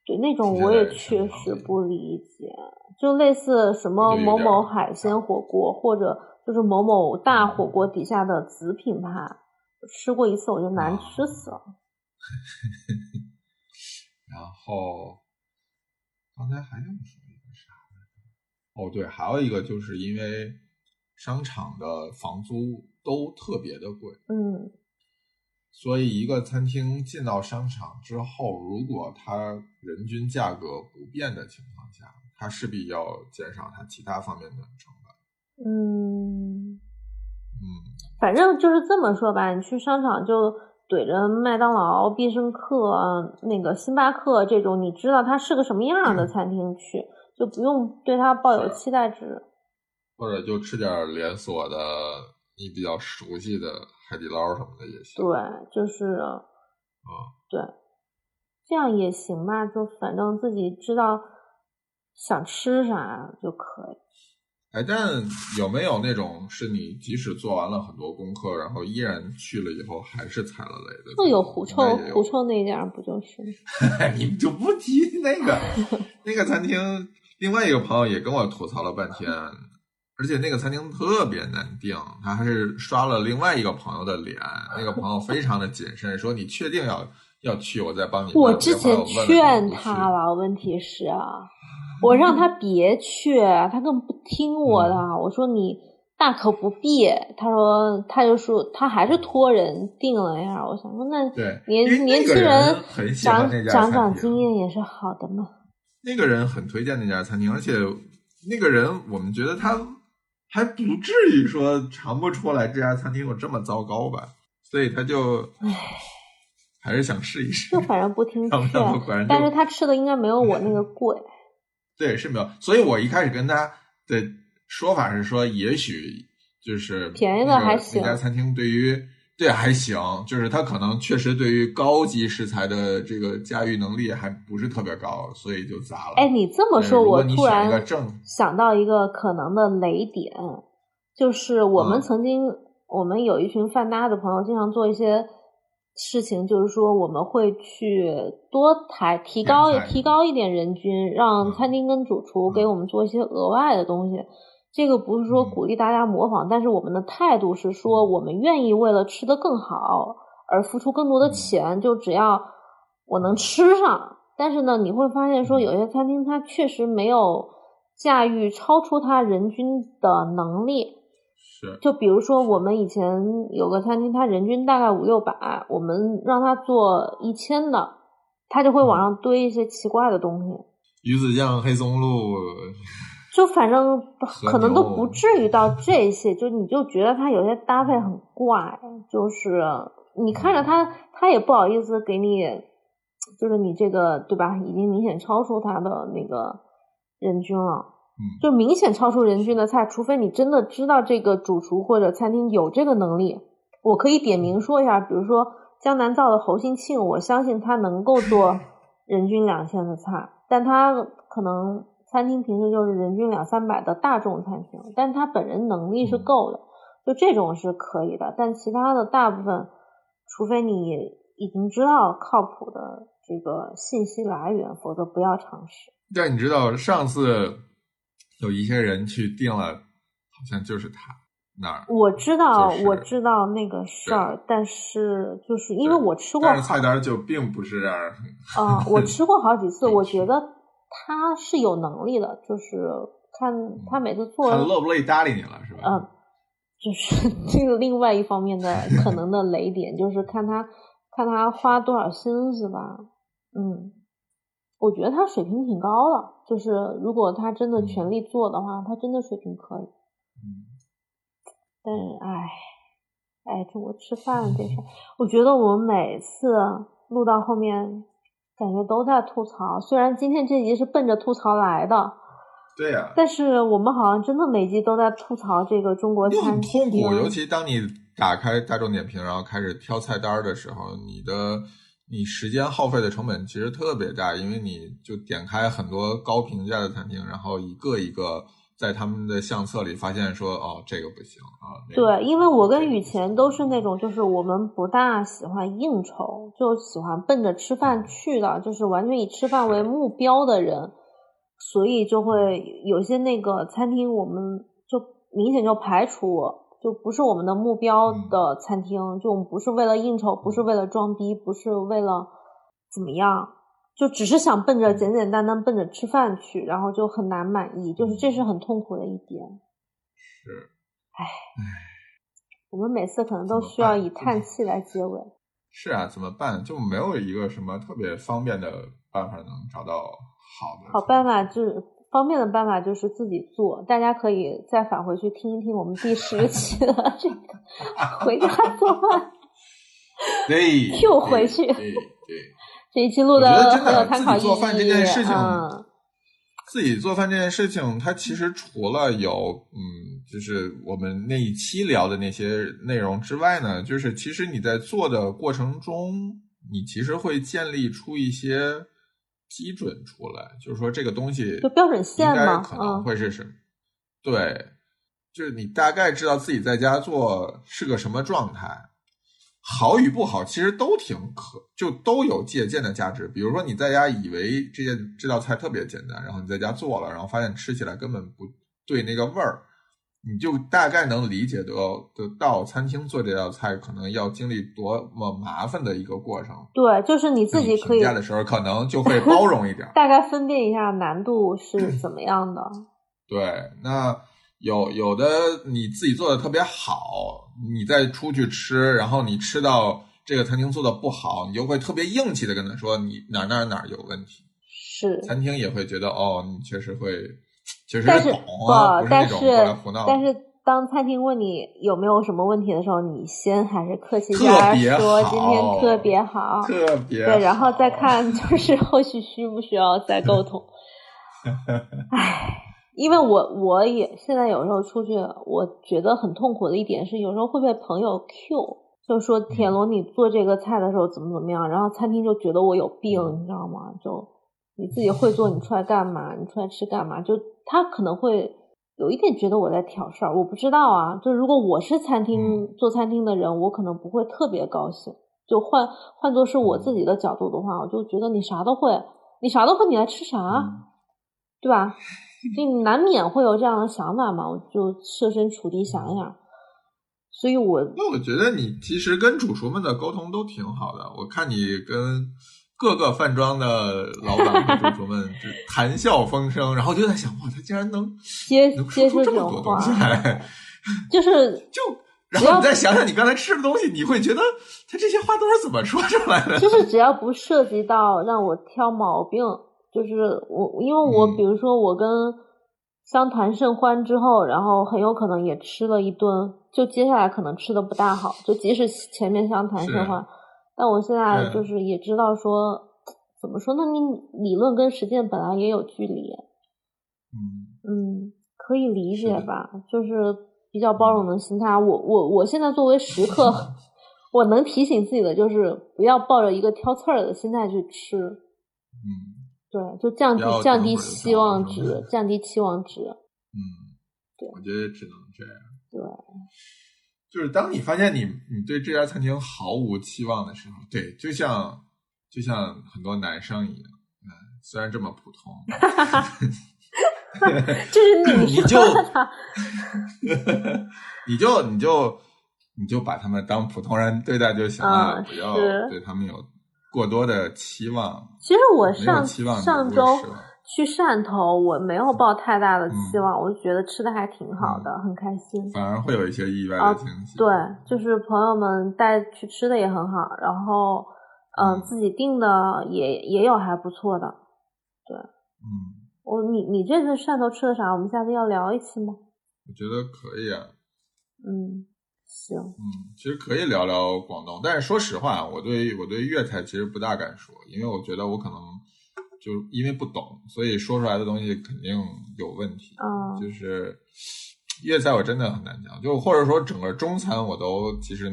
[SPEAKER 2] 对那种
[SPEAKER 1] 现
[SPEAKER 2] 我
[SPEAKER 1] 在
[SPEAKER 2] 也
[SPEAKER 1] 也是
[SPEAKER 2] 确
[SPEAKER 1] 很好
[SPEAKER 2] 实
[SPEAKER 1] 的
[SPEAKER 2] 不理解，就类似什么
[SPEAKER 1] 我就有
[SPEAKER 2] 某
[SPEAKER 1] 点
[SPEAKER 2] 某
[SPEAKER 1] 儿
[SPEAKER 2] 海鲜火锅，或者就是某某大火锅底下的子品牌，吃过一次我就难
[SPEAKER 1] 啊
[SPEAKER 2] 吃死了。
[SPEAKER 1] 然后刚才还想说一个啥来着？哦，对，还有一个就是因为商场的房租都特别的贵，
[SPEAKER 2] 嗯
[SPEAKER 1] 所以一个餐厅进到商场之后，如果它人均价格不变的情况下，它势必要减少它其他方面的成本。
[SPEAKER 2] 嗯。
[SPEAKER 1] 嗯，
[SPEAKER 2] 反正就是这么说吧，你去商场就怼着麦当劳、必胜客、啊那个星巴克这种，你知道它是个什么样的餐厅去，就不用对它抱有
[SPEAKER 1] 是
[SPEAKER 2] 期待值。
[SPEAKER 1] 或者就吃点连锁的，你比较熟悉的海底捞什么的也行。
[SPEAKER 2] 对，就是
[SPEAKER 1] 啊、
[SPEAKER 2] 对，这样也行吧，就反正自己知道想吃啥就可以。
[SPEAKER 1] 哎，但有没有那种是你即使做完了很多功课，然后依然去了以后还是踩了雷的？
[SPEAKER 2] 就有狐臭
[SPEAKER 1] 应该也，有
[SPEAKER 2] 狐臭那家不就是吗？
[SPEAKER 1] 你们就不提那 个那个餐厅。另外一个朋友也跟我吐槽了半天，而且那个餐厅特别难订，他还是刷了另外一个朋友的脸。那个朋友非常的谨慎，说你确定要要去，我再帮你问。
[SPEAKER 2] 我之
[SPEAKER 1] 结果我问
[SPEAKER 2] 前
[SPEAKER 1] 了
[SPEAKER 2] 劝
[SPEAKER 1] 不去
[SPEAKER 2] 他了，问题是啊，我让他
[SPEAKER 1] 嗯
[SPEAKER 2] 别去，他根本不听我的。我说你大可不必，他说他就说他还是托人定了呀。我想说那
[SPEAKER 1] 对，因为
[SPEAKER 2] 年
[SPEAKER 1] 那
[SPEAKER 2] 年
[SPEAKER 1] 个
[SPEAKER 2] 轻
[SPEAKER 1] 人很喜欢
[SPEAKER 2] 长
[SPEAKER 1] 那家
[SPEAKER 2] 长
[SPEAKER 1] 餐
[SPEAKER 2] 长
[SPEAKER 1] 厅啊
[SPEAKER 2] 经验也是好的 嘛。
[SPEAKER 1] 那个人很推荐那家餐厅，而且那个人我们觉得他还不至于说尝不出来这家餐厅有这么糟糕吧，所以他就还是想试一试
[SPEAKER 2] 就。反正不听
[SPEAKER 1] 要不然我果
[SPEAKER 2] 劝
[SPEAKER 1] 然，就
[SPEAKER 2] 但是他吃的应该没有我那个贵。
[SPEAKER 1] 对，是没有。所以我一开始跟他的说法是说，也许就是
[SPEAKER 2] 便宜的
[SPEAKER 1] 那个
[SPEAKER 2] 还行
[SPEAKER 1] 那家餐厅对于对还行，就是他可能确实对于高级食材的这个驾驭能力还不是特别高，所以就砸了。
[SPEAKER 2] 哎，你这么
[SPEAKER 1] 对
[SPEAKER 2] 说，
[SPEAKER 1] 如
[SPEAKER 2] 我
[SPEAKER 1] 果你
[SPEAKER 2] 突
[SPEAKER 1] 选一个
[SPEAKER 2] 然
[SPEAKER 1] 正
[SPEAKER 2] 想到一个可能的雷点，就是我们
[SPEAKER 1] 嗯
[SPEAKER 2] 曾经，我们有一群饭搭的朋友，经常做一些事情，就是说我们会去多抬提
[SPEAKER 1] 点
[SPEAKER 2] 高
[SPEAKER 1] 菜
[SPEAKER 2] 提高一点人均，让
[SPEAKER 1] 嗯
[SPEAKER 2] 餐厅跟主厨给
[SPEAKER 1] 嗯
[SPEAKER 2] 我们做一些额外的东西。这个不是说
[SPEAKER 1] 嗯
[SPEAKER 2] 鼓励大家模仿，但是我们的态度是说，我们愿意为了吃得更好而付出更多的
[SPEAKER 1] 嗯
[SPEAKER 2] 钱，就只要我能吃上。但是呢，你会发现说，有些餐厅它确实没有驾驭超出它人均的能力。
[SPEAKER 1] 是
[SPEAKER 2] 就比如说，我们以前有个餐厅，它人均大概五六百，我们让它做一千的，它就会往上堆一些奇怪的东西。
[SPEAKER 1] 鱼子酱、黑松露，
[SPEAKER 2] 就反正可能都不
[SPEAKER 1] 牛嗯
[SPEAKER 2] 至于到这些，就你就觉得它有些搭配很怪，就是你看着
[SPEAKER 1] 嗯
[SPEAKER 2] 它，它也不好意思给你，就是你这个对吧，已经明显超出它的那个人均了，
[SPEAKER 1] 嗯，
[SPEAKER 2] 就明显超出人均的菜，除非你真的知道这个主厨或者餐厅有这个能力，我可以点
[SPEAKER 1] 嗯
[SPEAKER 2] 名说一下，比如说江南造的侯新庆，我相信他能够 做人均两千的菜，但他可能餐厅平时就是人均两三百的大众餐厅，但他本人能力是
[SPEAKER 1] 嗯
[SPEAKER 2] 够的，就这种是可以的，但其他的大部分，除非你已经知道靠谱的这个信息来源，否则不要尝试。
[SPEAKER 1] 但你知道上次有一些人去订了，好像就是他那儿，
[SPEAKER 2] 我知道，
[SPEAKER 1] 就是
[SPEAKER 2] 我知道那个事儿，但是就是因为
[SPEAKER 1] 对
[SPEAKER 2] 我吃过
[SPEAKER 1] 但是菜单就并不是这样。
[SPEAKER 2] 啊、我吃过好几次，
[SPEAKER 1] 有
[SPEAKER 2] 我
[SPEAKER 1] 趣
[SPEAKER 2] 觉得他是有能力的，就是看他每次做，
[SPEAKER 1] 他
[SPEAKER 2] 嗯、
[SPEAKER 1] 乐不乐意搭理你了，是吧？
[SPEAKER 2] 就是 这个另外一方面的可能的雷点，就是看他看他花多少心思吧。嗯，我觉得他水平挺高的，就是如果他真的全力做的话，他真的水平可以。
[SPEAKER 1] 嗯，
[SPEAKER 2] 但是，唉，唉，中国吃饭这事儿，我觉得我们每次录到后面，感觉都在吐槽。虽然今天这集是奔着吐槽来的，
[SPEAKER 1] 对呀、
[SPEAKER 2] 但是我们好像真的每集都在吐槽这个中国
[SPEAKER 1] 就
[SPEAKER 2] 餐
[SPEAKER 1] 很
[SPEAKER 2] 厅啊
[SPEAKER 1] 痛苦，尤其当你打开大众点评，然后开始挑菜单儿的时候，你的你时间耗费的成本其实特别大，因为你就点开很多高评价的餐厅，然后一个一个在他们的相册里发现说，哦，这个不行啊。那个不
[SPEAKER 2] 对，
[SPEAKER 1] 行
[SPEAKER 2] 因为我
[SPEAKER 1] 这
[SPEAKER 2] 跟
[SPEAKER 1] 个
[SPEAKER 2] 雨
[SPEAKER 1] 不行
[SPEAKER 2] 前都是那种，就是我们不大喜欢应酬，就喜欢奔着吃饭去的，就是完全以吃饭为
[SPEAKER 1] 是嗯
[SPEAKER 2] 目标的人，所以就会有些那个餐厅，我们就明显就排除，就不是我们的目标
[SPEAKER 1] 嗯
[SPEAKER 2] 的餐厅，就我们不是为了应酬，不是为了装逼，不是为了怎么样。就只是想
[SPEAKER 1] 嗯
[SPEAKER 2] 奔着简简单单奔着吃饭去，然后就很难满意，就是
[SPEAKER 1] 嗯
[SPEAKER 2] 这是很痛苦的一点。
[SPEAKER 1] 是
[SPEAKER 2] 我们每次可能
[SPEAKER 1] 怎
[SPEAKER 2] 都
[SPEAKER 1] 么
[SPEAKER 2] 需要
[SPEAKER 1] 办
[SPEAKER 2] 以
[SPEAKER 1] 嗯
[SPEAKER 2] 叹气来结尾。
[SPEAKER 1] 是啊，怎么办？就没有一个什么特别方便的办法能找到好的
[SPEAKER 2] 好办
[SPEAKER 1] 法。
[SPEAKER 2] 法就是方便的办法就是自己做，大家可以再返回去听一听我们第十期 的这个回家做饭
[SPEAKER 1] 对，
[SPEAKER 2] 又回
[SPEAKER 1] 对
[SPEAKER 2] 去
[SPEAKER 1] 对对
[SPEAKER 2] 这一期录
[SPEAKER 1] 我觉得真
[SPEAKER 2] 很有
[SPEAKER 1] 的啊
[SPEAKER 2] 参
[SPEAKER 1] 自
[SPEAKER 2] 考
[SPEAKER 1] 己
[SPEAKER 2] 意义。
[SPEAKER 1] 做饭这件事情
[SPEAKER 2] 嗯，
[SPEAKER 1] 自己做饭这件事情，它其实除了有嗯，就是我们那一期聊的那些内容之外呢，就是其实你在做的过程中，你其实会建立出一些基准出来，就是说这个东西
[SPEAKER 2] 就标准线
[SPEAKER 1] 应该
[SPEAKER 2] 嘛
[SPEAKER 1] 可
[SPEAKER 2] 嗯
[SPEAKER 1] 能会是什么？对，就是你大概知道自己在家做是个什么状态，好与不好其实都挺可，就都有借鉴的价值。比如说你在家以为这件这道菜特别简单，然后你在家做了，然后发现吃起来根本不对那个味儿，你就大概能理解得得到餐厅做这道菜可能要经历多么麻烦的一个过程。
[SPEAKER 2] 对，就是你自己可以
[SPEAKER 1] 评价的时候，可能就会包容一点。
[SPEAKER 2] 大概分辨一下难度是怎么样的。
[SPEAKER 1] 对，那有有的你自己做的特别好，你再出去吃，然后你吃到这个餐厅做的不好，你就会特别硬气的跟他说你哪儿哪儿哪儿有问题，
[SPEAKER 2] 是，
[SPEAKER 1] 餐厅也会觉得哦，你确实会，确实
[SPEAKER 2] 但是
[SPEAKER 1] 懂啊，不是那
[SPEAKER 2] 但
[SPEAKER 1] 种
[SPEAKER 2] 是
[SPEAKER 1] 过来胡闹的。
[SPEAKER 2] 但是当餐厅问你有没有什么问题的时候，你先还是客气
[SPEAKER 1] 特
[SPEAKER 2] 点儿
[SPEAKER 1] 别
[SPEAKER 2] 说今天
[SPEAKER 1] 好
[SPEAKER 2] 特别好，
[SPEAKER 1] 特别
[SPEAKER 2] 对，然后
[SPEAKER 1] 好
[SPEAKER 2] 再看啊 就是后续需不需要再沟通。唉，因为我我也现在有时候出去，我觉得很痛苦的一点是，有时候会被朋友 Q，就说铁龙你做这个菜的时候怎么怎么样，然后餐厅就觉得我有病，你知道吗？就你自己会做，你出来干嘛？你出来吃干嘛？就他可能会。有一点觉得我在挑事儿，我不知道啊。就如果我是餐厅、做餐厅的人，我可能不会特别高兴。就换换作是我
[SPEAKER 1] 嗯
[SPEAKER 2] 自己的角度的话，我就觉得你啥都会，你啥都会，你来吃啥，
[SPEAKER 1] 嗯
[SPEAKER 2] 对 吧？就你难免会有这样的想法嘛，我就设身处地想一想。所以我
[SPEAKER 1] 那我觉得你其实跟主厨们的沟通都挺好的，我看你跟各个饭庄的老板和主厨们 就谈笑风生，然后就在想哇，他竟然能
[SPEAKER 2] 接
[SPEAKER 1] 能
[SPEAKER 2] 接
[SPEAKER 1] 说出
[SPEAKER 2] 受
[SPEAKER 1] 这
[SPEAKER 2] 这
[SPEAKER 1] 么
[SPEAKER 2] 种
[SPEAKER 1] 多
[SPEAKER 2] 话
[SPEAKER 1] 东西，来，
[SPEAKER 2] 就是
[SPEAKER 1] 就然后你再想想你刚才吃的东西，你会觉得他这些话都是怎么说出来的？
[SPEAKER 2] 就是只要不涉及到让我挑毛病，就是我，因为我
[SPEAKER 1] 嗯
[SPEAKER 2] 比如说我跟相谈甚欢之后，然后很有可能也吃了一顿，就接下来可能吃的不大好，就即使前面相谈甚欢，但我现在
[SPEAKER 1] 对
[SPEAKER 2] 就是也知道说，怎么说呢？你理论跟实践本来也有距离，
[SPEAKER 1] 嗯，
[SPEAKER 2] 嗯，可以理
[SPEAKER 1] 是
[SPEAKER 2] 解
[SPEAKER 1] 的
[SPEAKER 2] 吧，就是比较包容的心态。我我我现在作为 食客，我能提醒自己的就是不要抱着一个挑刺儿的心态去吃，
[SPEAKER 1] 嗯
[SPEAKER 2] 对，就降低
[SPEAKER 1] 不要
[SPEAKER 2] 降
[SPEAKER 1] 等
[SPEAKER 2] 低
[SPEAKER 1] 会儿就
[SPEAKER 2] 期
[SPEAKER 1] 到了
[SPEAKER 2] 望
[SPEAKER 1] 是吧
[SPEAKER 2] 值，降低期 望值。
[SPEAKER 1] 嗯，
[SPEAKER 2] 对
[SPEAKER 1] 我觉得只能这样。
[SPEAKER 2] 对，
[SPEAKER 1] 就是当你发现你你对这家餐厅毫无期望的时候，对，就像就像很多男生一样，嗯，虽然这么普通，
[SPEAKER 2] 就是你
[SPEAKER 1] 你
[SPEAKER 2] 说
[SPEAKER 1] 就
[SPEAKER 2] 的他，
[SPEAKER 1] 你就你就你就把他们当普通人对待就行了，
[SPEAKER 2] 嗯
[SPEAKER 1] 不要
[SPEAKER 2] 是
[SPEAKER 1] 对他们有过多的期望。
[SPEAKER 2] 其实我
[SPEAKER 1] 没有
[SPEAKER 2] 上
[SPEAKER 1] 期望你就
[SPEAKER 2] 上
[SPEAKER 1] 不会
[SPEAKER 2] 周
[SPEAKER 1] 失望
[SPEAKER 2] 去汕头，我没有抱太大的期
[SPEAKER 1] 嗯
[SPEAKER 2] 望，我就觉得吃的还挺好的，很开心。
[SPEAKER 1] 反而会有一些意外
[SPEAKER 2] 啊
[SPEAKER 1] 的惊喜。
[SPEAKER 2] 对，就是朋友们带去吃的也很好，然后嗯、
[SPEAKER 1] 嗯
[SPEAKER 2] 自己订的也也有还不错的。
[SPEAKER 1] 嗯，
[SPEAKER 2] 我你你这次汕头吃的啥？我们下次要聊一期吗？
[SPEAKER 1] 我觉得可以啊。
[SPEAKER 2] 嗯，行，
[SPEAKER 1] 嗯，其实可以聊聊广东，但是说实话，我对我对粤菜其实不大敢说，因为我觉得我可能就因为不懂，所以说出来的东西肯定有问题。
[SPEAKER 2] 嗯
[SPEAKER 1] 就是粤菜我真的很难讲，就或者说整个中餐我都其实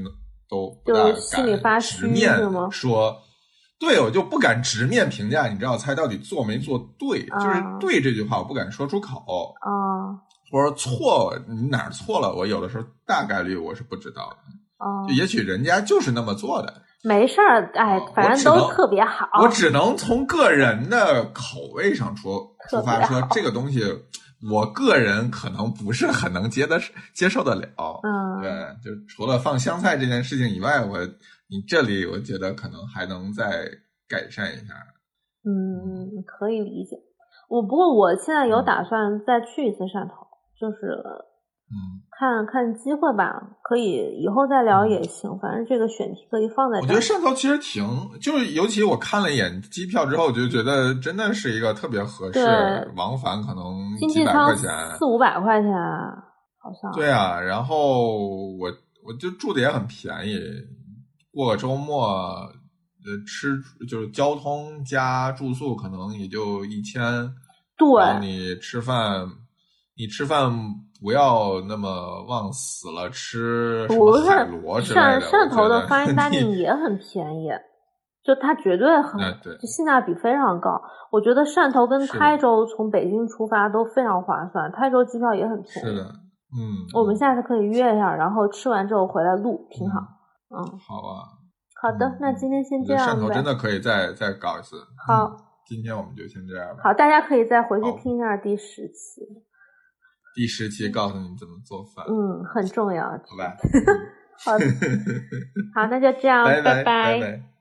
[SPEAKER 1] 都不大
[SPEAKER 2] 就是心里发
[SPEAKER 1] 敢
[SPEAKER 2] 虚
[SPEAKER 1] 直面
[SPEAKER 2] 是吗
[SPEAKER 1] 说。对，我就不敢直面评价你这道菜到底做没做对，就是
[SPEAKER 2] 啊
[SPEAKER 1] 对这句话我不敢说出口，
[SPEAKER 2] 啊
[SPEAKER 1] 或者错你哪儿错了，我有的时候大概率我是不知道的。
[SPEAKER 2] 啊
[SPEAKER 1] 就，也许人家就是那么做的，
[SPEAKER 2] 没事儿，哎
[SPEAKER 1] 啊，
[SPEAKER 2] 反
[SPEAKER 1] 我
[SPEAKER 2] 正
[SPEAKER 1] 只
[SPEAKER 2] 都
[SPEAKER 1] 能
[SPEAKER 2] 特别好。
[SPEAKER 1] 我只能从个人的口味上出
[SPEAKER 2] 特
[SPEAKER 1] 出
[SPEAKER 2] 别
[SPEAKER 1] 发说，这个东西我个人可能不是很能接得接受得了。对
[SPEAKER 2] 嗯，，
[SPEAKER 1] 就除了放香菜这件事情以外，我你这里我觉得可能还能再改善一下。
[SPEAKER 2] 嗯，可以理解。我不过我现在有打算再去一次汕头，就是
[SPEAKER 1] 嗯，
[SPEAKER 2] 看看机会吧，可以以后再聊也行。反正这个选题可以放在
[SPEAKER 1] 我
[SPEAKER 2] 这
[SPEAKER 1] 觉得
[SPEAKER 2] 儿。
[SPEAKER 1] 汕头其实挺，就是尤其我看了一眼机票之后，我就觉得真的是一个特别合适
[SPEAKER 2] 对，
[SPEAKER 1] 往返可能
[SPEAKER 2] 经
[SPEAKER 1] 几
[SPEAKER 2] 济
[SPEAKER 1] 百
[SPEAKER 2] 舱
[SPEAKER 1] 块钱，
[SPEAKER 2] 四五百块钱，好像。
[SPEAKER 1] 对啊，然后我我就住的也很便宜，过个周末，呃，吃就是交通加住宿可能也就一千，然后
[SPEAKER 2] 对，
[SPEAKER 1] 你吃饭，你吃饭不要那么往死了吃什
[SPEAKER 2] 不
[SPEAKER 1] 么
[SPEAKER 2] 是
[SPEAKER 1] 海螺之类
[SPEAKER 2] 汕
[SPEAKER 1] 的，
[SPEAKER 2] 汕头 的 fine
[SPEAKER 1] 大
[SPEAKER 2] dining 也很便宜，就它绝对很
[SPEAKER 1] 哎对
[SPEAKER 2] 就性价比非常高。我觉得汕头跟
[SPEAKER 1] 是的
[SPEAKER 2] 台州从北京出发都非常划算，台州机票也很便宜。
[SPEAKER 1] 是的，嗯，
[SPEAKER 2] 我们下次可以约一下，然后吃完之后回来录，挺好。嗯，
[SPEAKER 1] 好啊，
[SPEAKER 2] 好的
[SPEAKER 1] 嗯，
[SPEAKER 2] 那今天先
[SPEAKER 1] 我觉
[SPEAKER 2] 这
[SPEAKER 1] 得汕
[SPEAKER 2] 样
[SPEAKER 1] 头
[SPEAKER 2] 呗
[SPEAKER 1] 真。的可以再再搞一次。
[SPEAKER 2] 好
[SPEAKER 1] 嗯，今天我们就先这样吧。
[SPEAKER 2] 好，大家可以再回去
[SPEAKER 1] 好
[SPEAKER 2] 听一下第十期，
[SPEAKER 1] 第十期告诉你怎么做饭，
[SPEAKER 2] 嗯，很重要。
[SPEAKER 1] 好吧？嗯
[SPEAKER 2] 好的，好，那就这样，
[SPEAKER 1] 拜拜
[SPEAKER 2] 拜
[SPEAKER 1] 拜。